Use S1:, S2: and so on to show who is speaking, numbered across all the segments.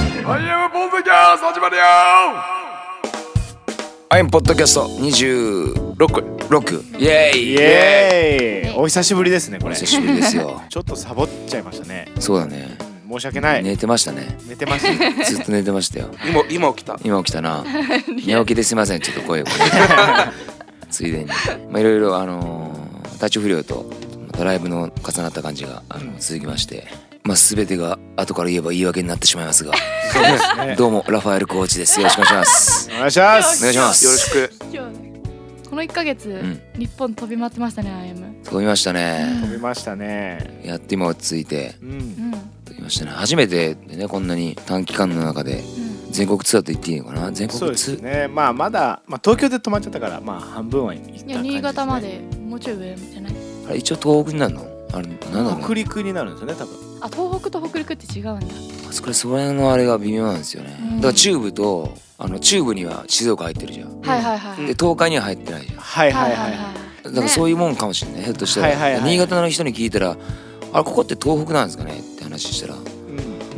S1: ムポッドキャスト始まるよ
S2: アイムポッドキャスト26
S1: ロック
S2: イエーイ
S3: イエーイお久しぶりですねこ
S2: お
S3: れ
S2: 久
S3: ち
S2: しぶりですよ
S3: ょっとサボっちゃいましたね
S2: そうだね
S3: うん申し訳ない
S2: 寝てましたね
S3: 寝てましたね
S2: ずっと寝てましたよ
S1: 今今起きた
S2: 今起きたな寝起きですいませんちょっと声をついでにまあいろいろあのー体調不良とまたライブの重なった感じがあの続きましてまあ全てが後から言えば言い訳になってしまいますが
S3: そうですね
S2: どうもラファエルコーチですよろしくお願いします
S3: お願いしま
S2: お
S3: す
S2: 願いします
S1: よろしく
S4: 今日ねこの1ヶ月、
S2: ん
S4: 日本飛び回ってましたね IM
S2: 飛びましたね
S3: 飛びましたね
S2: やっと今落ち着いて
S3: う
S4: うんん
S2: 飛びましたね初めてでねこんなに短期間の中で
S4: うん
S2: 全国ツアーと言っていいのかな全
S3: そ
S2: 国
S3: うで
S2: ツア
S3: す
S2: ー
S3: ねまあまだまあ東京で泊まっちゃったからまあ半分は行った感じ
S4: い
S3: です
S4: や
S3: ね
S4: 新潟までもうちょい上じゃない
S2: あれ一応東北になるのあれなんだろう
S3: 北陸になるんですよね多分
S4: あ東北と北陸って違うんだ
S2: あそこらそこら辺のあれが微妙なんですよね、
S4: うん
S2: だから中部とあの中部には静岡入ってるじゃん、
S4: はいはいはい
S2: で東海には入ってないじゃ
S3: はいはいはい
S2: んだからそういうもんかもしれないひょっとしたら、
S3: はいはいはい
S2: 新潟の人に聞いたら「あれここって東北なんですかね?」って話したら「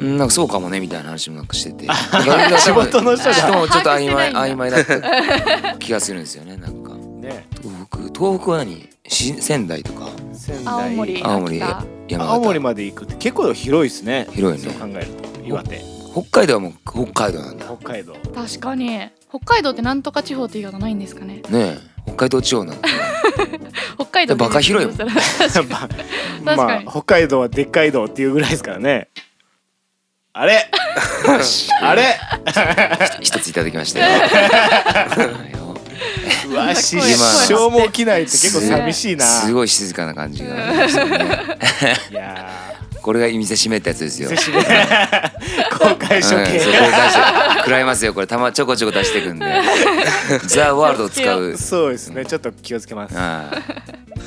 S3: うん
S2: うんなんかそうかもね」みたいな話もなんかしててなんか
S3: 仕事の人
S2: 人
S3: が
S2: もちょっと曖昧
S4: 把握してない
S2: 曖
S4: んだ
S2: 昧だった気がするんですよねなんか
S3: ね
S2: 東北東北は何し仙台とか
S3: 仙台
S4: 青森
S2: 青森
S4: 秋田
S2: 山形
S3: 青森まで行くって結構広いですね
S2: 広いね
S3: そう考えると岩手
S2: 北海道はもう北海道なんだ
S3: 北海道
S4: 確かに北海道ってなんとか地方って言い方ないんですかね
S2: ねえ北海道地方なん だ
S4: 北海道って
S2: バカ広い もん
S4: どうしたら
S3: まあ
S4: かに
S3: まあ北海道はでっかい道っていうぐらいですからねあれあれ
S2: 一ついただきましたよ
S3: うわし
S4: 声
S3: しょうも起きないって 結構寂しいな
S2: すごい静かな感じがありましたね
S3: いや
S2: これが店閉めったやつです
S3: ー
S2: よ
S3: ぜひね公開処
S2: うんそうこ
S3: 刑
S2: れ出して食らいますよこれたまちょこちょこ出して くんでザ・ワールドを使う
S3: そうですねちょっと気をつけます
S2: はい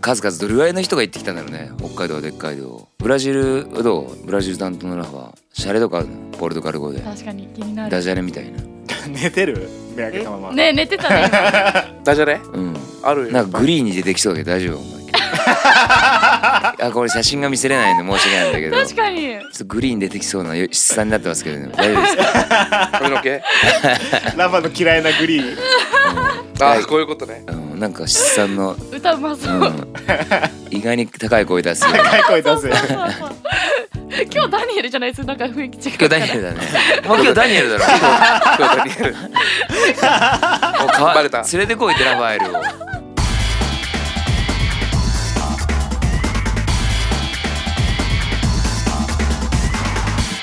S2: 数々どれぐらいの人が行ってきたんだろうね北海道でっかい道ブラジルはどうブラジル担当のラフはシャレとかあるのポルトガル語で
S4: 確かに気にな
S2: ダ
S4: る
S2: ジャレみたいな
S3: 寝てる目開けたまま
S4: ね寝てたね今
S1: ダジャレ
S2: うん
S1: あるよ
S2: なんかグリーンに出てきそうだけど大 丈夫お前あこれ写真が見せれないんで申し訳ないんだけど
S4: 確かに
S2: ちょっとグリーン出てきそうなよ質感になってますけど ね大丈夫ですか
S1: 髪の毛
S3: ラファの嫌いなグ リーン
S1: あーこういうことね
S2: あのなんか質感の、
S4: 歌うま
S2: う
S4: そう、
S2: ん、 意外に高い声出すよ
S3: 高い声出す
S4: そうそう 今日ダニエルじゃないですなんか雰囲気違う
S2: 今日
S4: か
S2: ダ
S4: ら
S2: ニエルだね もう今日ダニエルだろ
S1: そうダニエル
S2: もうかわ
S1: バレた
S2: 連れてこいってラファエルを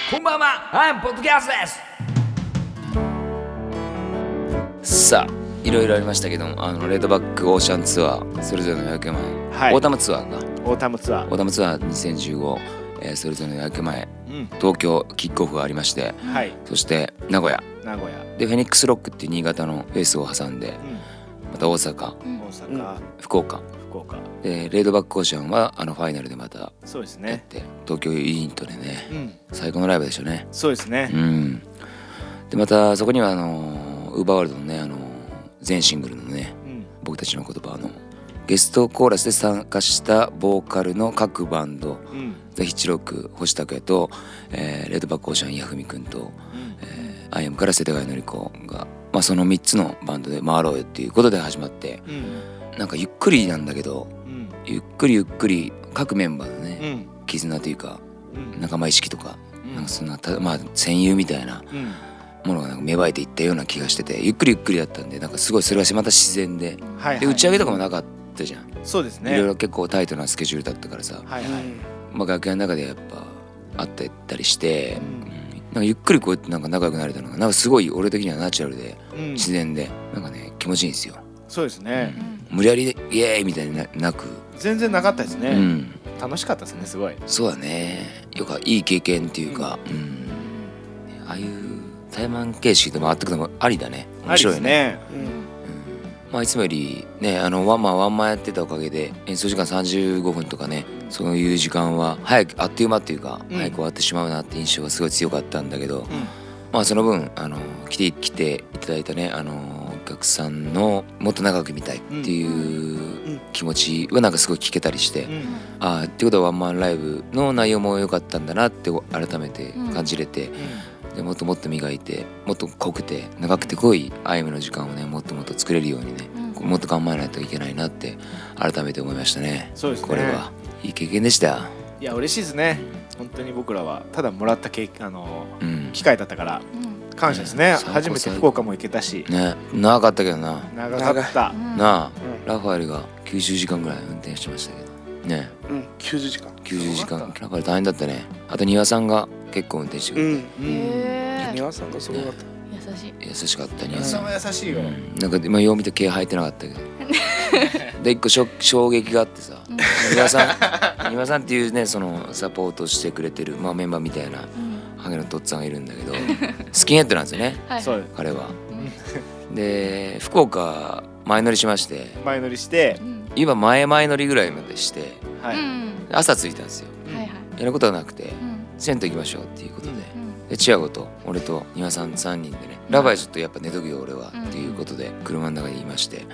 S1: こんばんはアイムポッドキャストです
S2: さあいろいろありましたけどもあのレッドバックオーシャンツアーそれぞれの400万円、
S3: はい
S2: オータムツアーか
S3: オータムツア
S2: オータムツアー2015、えーそれぞれの400万円
S3: ー
S2: 東京キックオフがありまして
S3: うんはい
S2: そして名古屋
S3: 名古屋
S2: でフェニックスロックっていう新潟のフェイスを挟んで
S3: う
S2: また大阪
S4: うん
S3: ん大阪
S2: 福岡
S3: 福岡
S2: でレードバックオーシャンはあのファイナルでまた
S3: そうです
S2: やっ
S3: ね
S2: て、東京ユニットでね
S3: うん
S2: 最高のライブでしたね
S3: そうですね
S2: うんでまたそこにはあのウーバーワールドのねあの全シングルのね
S3: うん
S2: 僕たちの言葉のゲストコーラスで参加したボーカルの各バンド
S3: うん
S2: ザ・ヒチロック星拓也と、えーレッドバックオーシャンヤフミ君と、
S3: うん
S2: えー、アイアムから世田谷のり子が、まあ、その3つのバンドで回ろうよっていうことで始まって
S3: うん
S2: なんかゆっくりなんだけど
S3: うん
S2: ゆっくりゆっくり各メンバーの
S3: う
S2: ね
S3: ん
S2: 絆というか
S3: うん
S2: 仲間意識とか
S3: うん
S2: なんかそんなたまあ戦友みたいな
S3: うん
S2: ものがなんか芽生えていったような気がしててゆっくりゆっくりだったんでなんかすごいそれがまた自然で
S3: はい
S2: で打ち上げとかもなかったじゃん。
S3: そうですね
S2: いろいろ結構タイトなスケジュールだったからさ、
S3: はいはい
S2: まあ、楽屋の中でやっぱ会ってったりして、
S3: うん
S2: うんなんかゆっくりこうやってなんか仲良くなれたのがなんかすごい俺的にはナチュラルで
S3: うん
S2: 自然で、なんかね気持ちいいんですよ
S3: そうですね
S4: うん
S2: 無理やりでイエーイみたいにななく、
S3: 全然なかったです
S2: う
S3: ね
S2: ん、
S3: 楽しかったですねすごい
S2: そうだねよくいい経験っていうか、うんああいう対マン形式で回ってくのもありだね面白いね
S3: ね
S2: まあ、いつもよりねあのワンマンワンマンやってたおかげで演奏時間35分とかねそういう時間は早くあっという間っていうか、
S3: うん
S2: 早く終わってしまうなって印象がすごい強かったんだけど、
S3: うん
S2: まあその分あの来て来ていただいたねあのお客さんのもっと長く見たいっていうう気持ちはなんかすごい聞けたりして、
S3: うん
S2: ああってことはワンマンライブの内容も良かったんだなって改めて感じれて、
S3: うん
S2: でもっともっと磨いてもっと濃くて長くて濃いアイムの時間をねもっともっと作れるようにね、
S4: うん
S2: もっと頑張らないといけないなって改めて思いましたね
S3: そうですね
S2: これはいい経験でした
S3: いや嬉しいですね本当に僕らはただもらった経あの
S2: うん
S3: 機会だったから
S4: うん
S3: 感謝ですね
S2: うん
S3: 初めて福岡も行けたし
S2: ねなかったけどな
S3: 長かった
S4: うん
S2: なあ
S5: うん
S2: ラファエルが90時間ぐらい運転してましたけどね
S5: うん90時間
S2: 90
S5: す
S2: 時間
S5: ご
S2: ラ
S5: かっ
S2: ファエル大変だったねあと庭さんが結構運転してく
S5: たう
S2: れて、
S5: ん
S4: へえ
S5: 庭さんがすごかった
S4: 優しい
S2: 優しかった庭
S3: 皆
S2: さ
S3: さ
S2: ん
S3: んも優しいよ
S2: うんなんか今よう見て毛生えてなかったけどで一個しょ衝撃があってさ庭さん庭さんっていうねそのサポートしてくれてる、まあ、メンバーみたいな
S4: うん
S2: ハゲのとっつぁんがいるんだけどスキンヘッドなんですよね
S4: はい
S3: そう
S2: 彼は。で福岡前乗りしまして
S3: 前乗りして
S4: うん
S2: 今前々乗りぐらいまでして
S3: は
S4: う
S3: い
S4: ん
S2: 朝着いたんですよ
S4: はいはい
S2: やることはなくて
S4: うん
S2: 銭湯行きましょうっていうことで。
S4: うん
S2: でチアゴと俺と丹羽さん3人でねラバイちょっとやっぱ寝とくよ俺は、
S4: うん
S2: っていうことで車の中にいまして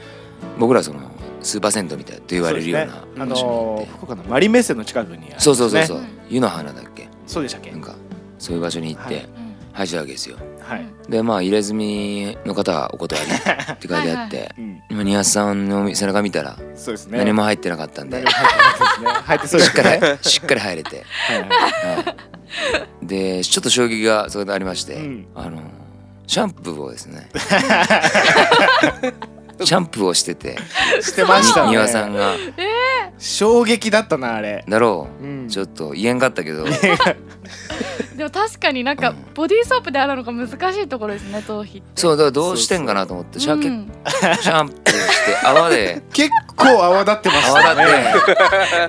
S2: 僕らそのスーパー銭湯みたいと言われるような
S3: あ
S2: 場所
S3: の
S2: に行っ
S3: ー
S2: て
S3: 福岡のマリメッセの近くにあるんです
S2: そうそうそうそう
S3: ね
S2: 湯の花だっけ
S3: そうでしたっけ
S2: なんかそういう場所に行っ
S3: は
S2: て
S3: い
S4: うん
S2: 入ったわけですよ
S3: はい
S2: でまあ入れ墨の方はお断りって書いてあって
S3: うん
S2: 今丹羽さんの背中見たら
S3: そうですね
S2: 何も入ってなかったんで、
S3: 何も入ってないですね入ってそうで
S2: しっ
S3: す
S2: か
S3: ね
S2: りしっかり入れて
S3: はいはい
S2: はい、でちょっと衝撃がそれでありまして、
S3: うん
S2: あのシャンプーをです ねシャンプーをしてて
S3: してましたね
S2: に庭さんが
S3: 衝撃だったなあれ
S2: だろう、
S3: うん
S2: ちょっと言えんかったけ ど
S4: でも確かになんか
S2: うん
S4: ボディーソープで洗うのが難しいところですね頭皮って
S2: そうだからどうしてんかなと思ってシャ,、
S4: う
S2: シ
S4: ん
S2: ャンプーして泡で
S3: 結構泡立ってまし
S2: 泡
S3: た
S2: 立
S3: ね
S2: って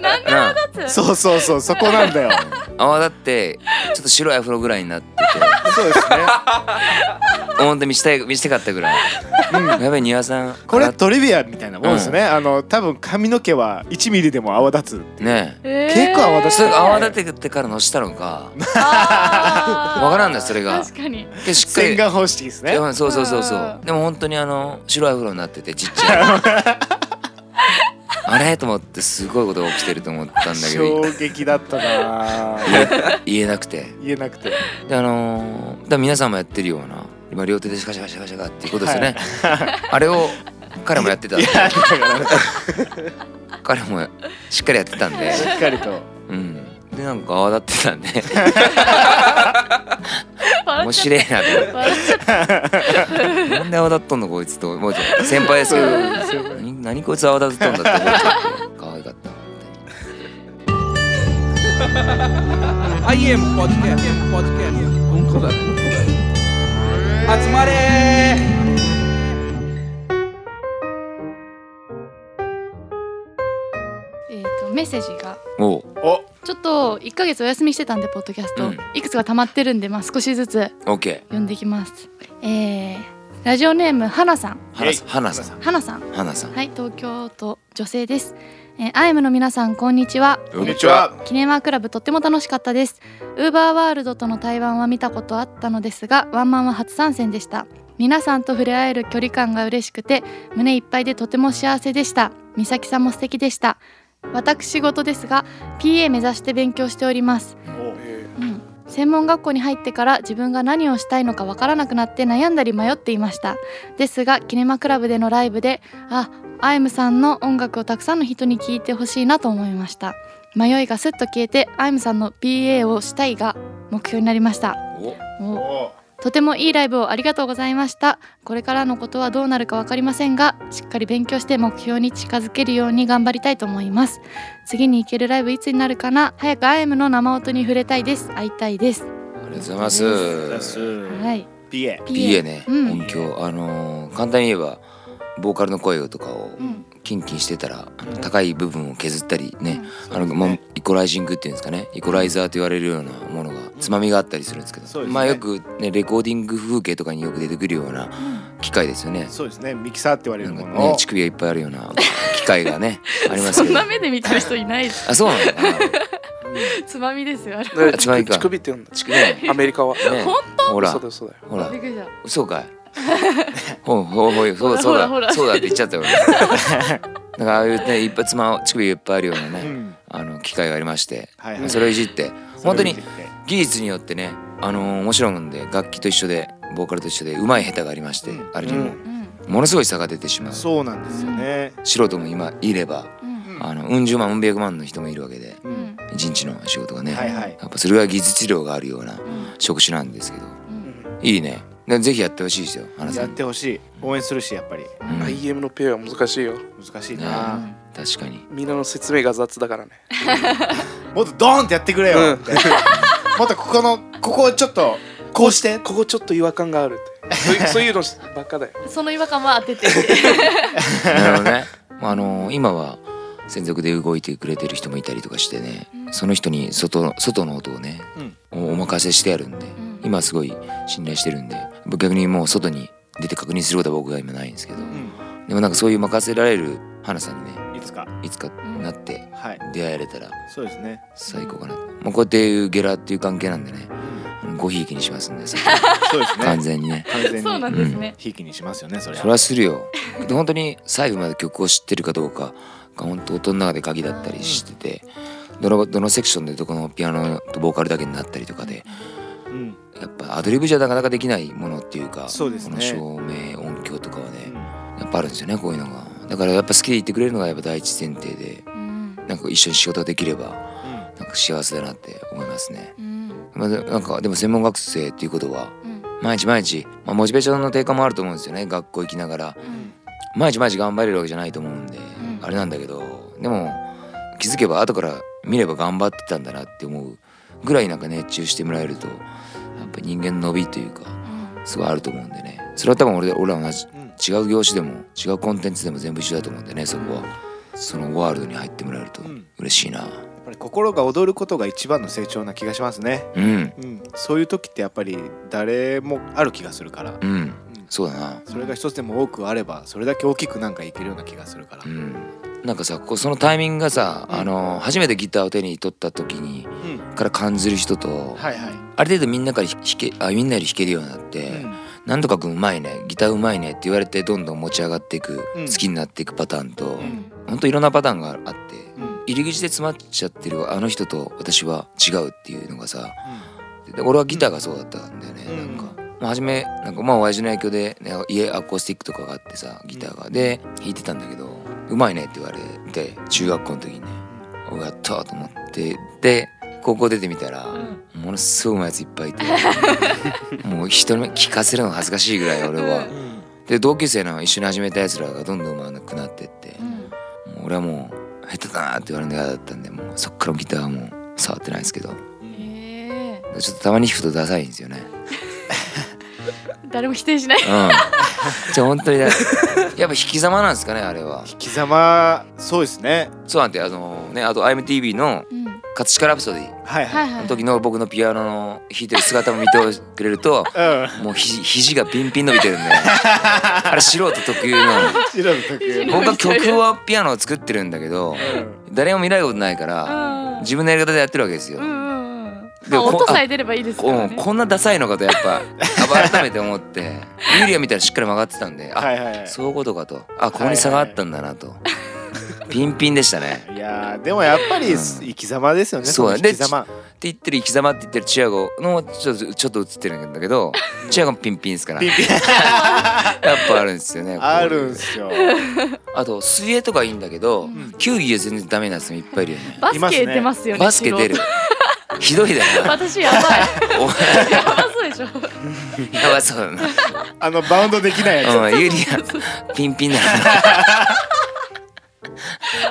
S4: なんで
S2: なあ
S3: そうそうそうそこなんだよ
S2: 泡立ってちょっと白いアフロぐらいになって
S3: そうですね
S2: て思って見せたい見せたかったぐらい、やべえ庭さん
S3: こ
S2: 洗
S3: れ
S2: っ
S3: トリビアみたいなもんですね、あの多分髪の毛は1ミリでも泡立つ
S2: ねえ
S4: 結
S3: 結構泡立
S2: それ
S3: つ
S2: が泡立ててからのしたのか わ
S4: わ
S2: からんのよそれが
S4: 確かに
S2: でしっか
S3: 洗
S2: り
S3: 顔方式ですね
S2: うんそうそうそうそううんでも本当にあの白いアフロになっててちっちゃ いあれと思ってすごいことが起きてると思ったんだけ
S3: 衝
S2: ど
S3: 撃だったな
S2: 言え言えなくて
S3: 言えなくて
S2: であのー、だから皆さんもやってるような今両手でシャカシャカシャカシャカっていうことですよね、あれを彼もやってた
S3: い やだから
S2: 彼もしっかりやってたんで
S3: しっかりと
S2: うんでなんか泡立ってたんで
S4: 面
S2: 面白いなと思っ
S4: 笑っちゃった
S2: てなんで泡立っとんのこいつと思うじゃん先輩ですけど何何こいつ泡立っとんだって思っちゃって可愛かった本当
S6: I
S2: に
S6: am podcast. podcast. うんこだね。集まれー。
S4: えっとメッセージが
S2: おう
S3: お
S4: ちょっと1ヶ月お休みしてたんでポッドキャスト、
S2: うん
S4: いくつか溜まってるんでまあ少しずつ
S2: オッケ
S4: 読んでいきます、えーラジオネームはなさ
S2: ー。
S4: ん
S2: 花さん、花さん、
S4: はなさん
S2: 花さん。
S4: はい東京都女性です、えー、アイムの皆さんこんにちは
S3: こんにちは
S4: キネマクラブとっても楽しかったですウーバーワールドとの対バンは見たことあったのですがワンマンは初参戦でした皆さんと触れ合える距離感が嬉しくて胸いっぱいでとても幸せでした美咲さんも素敵でした私事ですが PA 目指して勉強しておりますうん、専門学校に入ってから自分が何をしたいのかわからなくなって悩んだり迷っていましたですがキネマクラブでのライブであアイムさんの音楽をたくさんの人に聴いてほしいなと思いました迷いがすっと消えてアイムさんの PA をしたいが目標になりました
S2: お、
S4: お
S3: お
S4: とてもいいライブをありがとうございましたこれからのことはどうなるかわかりませんがしっかり勉強して目標に近づけるように頑張りたいと思います次に行けるライブいつになるかな早くアイムの生音に触れたいです会いたいです
S2: ありがとうございま。
S3: ですす
S4: はい
S3: PA
S2: PA ね、
S4: うん
S2: 音響、あのー簡単に言えば。ボーカルの声とかを
S4: うん
S2: キンキンしてたら、あの高い部分を削ったりね、あの
S3: そうですね
S2: まあ、イコライジングっていうんですかねイコライザーと言われるようなものがつまみがあったりするんですけど、
S3: そうですね
S2: まあよく、ね、レコーディング風景とかによく出てくるような機械ですよね。
S3: そうですねミキサーって言われ
S2: な
S3: る
S2: ん
S3: も
S2: か
S3: の
S2: ね
S3: を
S2: 乳首がいっぱいあるような機械がねあります
S4: そ
S2: け
S4: ん
S2: ど
S4: な。目で見てる人いないです
S2: あそうなのかな
S4: つまみですよあれ
S5: ね
S2: あつまりか
S5: 乳首って呼んだ
S2: 乳 首ね
S5: アメリカは
S2: ね
S4: 本
S2: ほら
S5: 嘘だ嘘だよ
S2: ほら
S4: びっくりした
S2: そうかい。ほうほうほうそうだそうだ
S4: ほらほら
S2: そうだって言っちゃったよ。俺なんかああいうね一発ま乳首いっぱいあるようなね、
S3: うん
S2: あの機会がありまして、
S3: はいはい
S2: それをいじって
S3: それを
S2: 本当
S3: い
S2: に
S3: じって
S2: 技術によってねあのーもちろんで楽器と一緒でボーカルと一緒で上手い下手がありまして、
S5: うん
S2: あれにも
S4: うん
S2: ものすごい差が出てしまう
S5: そうなんですよ。
S3: ね
S2: 素人も今いれば
S4: うん
S2: あのうん十万うん百万の人もいるわけで
S4: う
S5: うんん
S2: 一日の仕事がね、
S3: はいはい
S2: やっぱそれが技術量があるような
S4: うん
S2: 職種なんですけど
S4: うん
S2: いいねでぜひやってほしいですよ花さ
S3: やっ
S2: ん、
S3: てほしい応援するしやっぱり
S2: う
S5: IM のペアは難しいよ。
S3: 難しい
S4: うん
S3: な
S2: 確かに
S5: みんなの説明が雑だからね。
S3: もっとドーンってやってくれ
S5: う
S3: よ
S5: ん
S3: みたいなもっとここのここをちょっとこうして
S5: ここちょっと違和感があるって。そういうそういうのばっかだよ。
S4: その違和感は当てて って
S2: なるほどね。 まああの今は専属で動いてくれてる人もいたりとかしてね、その人に外の外の音をね、おお任せしてやるんで、
S4: ん
S2: 今すごい信頼してるんで、逆にもう外に出て確認することは僕が今ないんですけど、でもなんかそういう任せられる花さんにね、
S3: いつか
S2: いつかなって
S3: はい
S2: 出会えれたら
S3: そうですね
S2: 最高かな。まあこうやっていうゲラっていう関係なんでね、あのごひいきにし ますんで、それ
S3: そうですね
S2: 完全にね。
S3: 完全に
S4: そうなんですね、
S3: ひいきにしますよねそれ
S2: それはするよ。で本当に細部まで曲を知ってるかどうかが本当音の中で鍵だったりしてて、どのどのセクションでどこのピアノとボーカルだけになったりとかで、
S3: うん
S2: やっぱアドリブじゃなかなかできないものっていうか、
S3: そうです
S2: この
S3: ね
S2: 照明音響とかはね
S3: う、ん
S2: やっぱあるんですよねこういうのが。だからやっぱ好きでいてくれるのがやっぱ第一前提で、
S4: うん
S2: なんか一緒に仕事ができれば
S3: うん
S2: なんか幸せだなって思いますね。
S4: うん
S2: まあ、でなんかでも専門学生っていうことは
S4: うん
S2: 毎日毎日、まあ、モチベーションの低下もあると思うんですよね学校行きながら。
S4: うん
S2: 毎日毎日頑張れるわけじゃないと思うんで、
S4: ん
S2: あれなんだけどでも気づけば後から見れば頑張ってたんだなって思うぐらいなんか熱中してもらえるとやっぱ人間の伸びというかすごいあると思うんでねそれは多分俺ら俺ら同じ違う業種でも違うコンテンツでも全部一緒だと思うんでねそこはそのワールドに入ってもらえると
S3: うん
S2: 嬉しいな
S3: やっぱり心が躍ることが一番の成長な気がしますね
S2: うん
S3: うんそういう時ってやっぱり誰もある気がするから
S2: うん、そうだな
S3: それが一つでも多くあればそれだけ大きくなんかいけるような気がするから
S2: うんなんかさこうそのタイミングがさ、あの初めてギターを手に取った時に
S3: うん
S2: から感じる人と、
S3: はいはい
S2: ある程度みんなから弾けあみんなより弾けるようになって、なんとかくんうまいねギターうまいねって言われてどんどん持ち上がっていく、
S3: うん
S2: 好きになっていくパターンと、
S3: ん
S2: ほんといろんなパターンがあって
S3: うん
S2: 入り口で詰まっちゃってるあの人と私は違うっていうのがさで俺はギターがそうだったんだよね、
S3: うん
S2: なんか。まあ、初めなんかまあ親父の影響で、ね、家アコースティックとかがあってさギターが、で弾いてたんだけど「うまいね」って言われて中学校の時にね「おやった!」と思ってで高校出てみたら、ものすごいうまいやついっぱいいて もう人に聞かせるの恥ずかしいぐらい俺は
S4: う
S2: で同級生の一緒に始めたやつらがどんどん上手くなってって、
S4: うん
S2: もう俺はもう下手だなって言われるのが嫌だったんでもうそっからギターはもう触ってないんですけど
S4: え
S2: ちょっとたまに弾くとダサいんですよね
S4: ー誰も否定しない
S2: うんじゃあ本当にねやっぱ引き様なんですかねあれは
S3: 生き様そうですね
S2: そうなんてあのねあと IMTV の
S4: うん
S2: 「葛飾ラプソディ
S3: はいは
S4: はいい」はい
S2: の時の僕のピアノの弾いてる姿も見てくれる と
S3: うん
S2: もうひ肘がピンピン伸びてるんであれ素人特有の
S3: 白の時計
S2: 僕は曲はピアノを作ってるんだけど誰も見られたことないから
S4: うん
S2: 自分のやり方でやってるわけですよ、
S4: うんうんうん
S2: で
S4: まあ
S2: もこ
S4: 音さえ出ればいいですか
S2: う
S4: ら
S2: ん
S4: ね
S2: こんなダサいのかとやっ ぱやっぱ改めて思ってユーリア見たらしっかり曲がってたんであ、
S3: はいはいはい
S2: そういうことかとあここに差があったんだなと、ピンピンでしたね
S3: いやーでもやっぱり生き様ですよね
S2: そう
S3: の
S2: で
S3: 生き様
S2: って言ってる生き様って言ってるチアゴのちょっとちょっと映ってるんだけどチアゴもピンピンですから
S3: ピン
S2: やっ
S3: ピン
S2: ぱあるんですよねこういう
S3: あるんすよ
S2: あと水泳とかいいんだけど、
S4: ん
S2: 球技は全然ダメなやつもいっぱいいるよね
S4: バスケ出ますよね
S2: バスケ 出る
S4: 素人
S2: ひどいだよな
S4: 私や ばい
S2: お前
S4: やばそうでしょ
S2: やばそうだ な
S3: あのバウンドできないや
S2: お前ユリアピンピンだ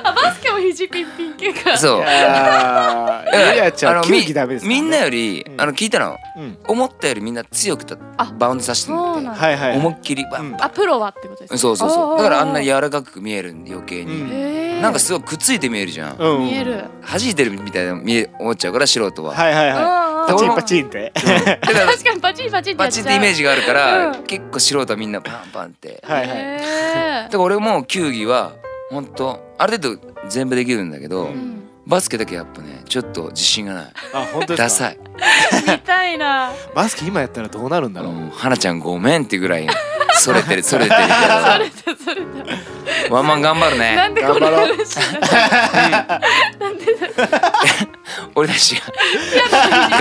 S4: あバスケも肘ピンピン系か
S2: なそう
S3: つあ
S2: だから
S3: ーゆりあちゃん
S2: あの
S3: 球技ダメですから
S2: み
S3: ね
S2: みんなより、
S3: ん
S2: あの聞いたの
S3: うん
S2: 思ったよりみんな強くた
S4: あ
S2: バウンドさしてるんだっ
S4: そう
S2: て
S4: なんだ
S3: はいはい
S2: 思いっきりバンバ
S4: あプロはってことです
S2: ン、
S4: ね
S2: そうそう
S4: おーおー
S2: そ
S4: お
S2: う
S4: ー
S2: だからあんな柔らかく見えるん余計に、
S4: へー
S2: なんかすごいくっついて見えるじゃん、
S3: うん
S4: 見える
S2: 弾いてるみたいな見え思っちゃうから素人は、
S3: はいはいはい
S4: あ
S2: で俺
S3: パチン
S4: ー
S2: も
S3: パチンって
S2: だから
S4: 確かにパチンパチンってや
S2: バ
S4: っち
S2: チ
S4: ゃ
S2: っ
S4: う
S2: てイメージがあるから、
S4: うん
S2: 結構素人はみんなパンパンってだか
S3: はいはい
S4: へー
S2: ら俺も球技は本当ある程度全部できるんだけど、
S4: うん
S2: バスケだけやっぱねちょっと自信がない
S3: あ本当
S2: ダ
S3: です
S2: サ
S3: か
S2: い
S4: 見たいな
S3: バスケ今やったらどうなるんだろう
S2: うん花ちゃんごめんってぐらいそれてるそれてるけ
S4: それそれ
S2: どワンマン頑張る
S4: な
S2: ね
S4: んでこんな
S3: 頑張ろう
S4: 話になったのなんでだ
S2: 俺たちが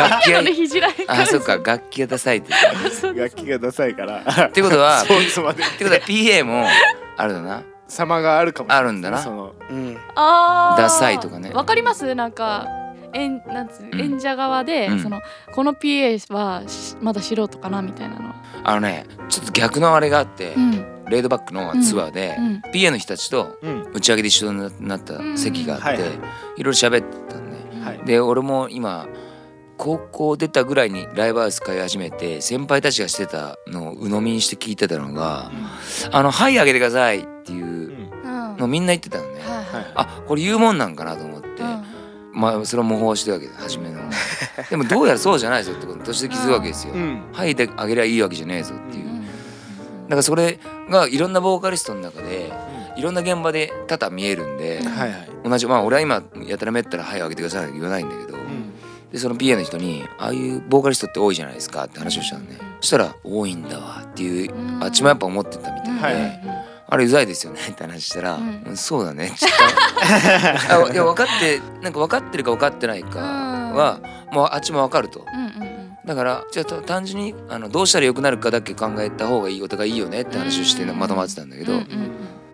S2: 楽器
S4: ピア
S2: が
S4: ノでひじらへんから
S2: あそっか楽器がダサいって
S4: そう
S3: 楽器がダサいから
S2: ってことは
S3: そうそうまで
S2: ってことは PA もあるだな
S3: 様があるかもしれい
S2: あるんだな
S3: その
S5: うん。
S4: あー
S2: ダサいとかね
S4: わかりますなんか演なんつう
S2: うん
S4: 演者側で、
S2: うん
S4: そのこの PA はしまだ素人かなみたいなのは、
S2: あのねちょっと逆のあれがあって、
S4: うん
S2: レイドバックのツアーで、
S4: うん、
S2: PA の人たちと
S3: うん
S2: 打ち上げで一緒になった席があって、
S3: うんはい
S2: いろいろ喋ってたんで
S3: はい
S2: で俺も今高校出たぐらいにライブハウス通い始めて先輩たちがしてたのを鵜呑みにして聞いてたのが「あのはいあげてください」っていう
S4: うん
S2: のをみんな言ってたのね、
S4: はいはい
S3: はい
S2: あこれ言うもんなんかなと思って、
S4: うん
S2: まあそれは模倣してるわけで初 めのでもどうやらそうじゃないぞってこと途中で気づくわけですよ、
S6: ん
S2: はいであげりゃいいわけじゃねえぞっていう、
S4: うん
S2: だからそれがいろんなボーカリストの中で、いろんな現場で多々見えるんで、
S3: はいはい
S2: 同じまあ俺は今やたらめったら「はいあげてください」なんて言わないんだけど、でその PA の人に「ああいうボーカリストって多いじゃないですか」って話をしたのねそしたら「多いんだわ」っていう、
S4: うん
S2: あっちもやっぱ思ってたみたいで、
S3: はい
S2: あれうざいですよねって話したら、
S4: うん
S2: うんそうだねちょっ とあいや分かってなんか分かってるか分かってないかは、もうあっちも分かると。
S4: うんうんうん
S2: だからじゃあた単純にあのどうしたら良くなるかだけ考えた方がいいお互いいいよねって話をして
S4: うん
S2: まとまってたんだけ
S4: う
S2: ど
S4: んうん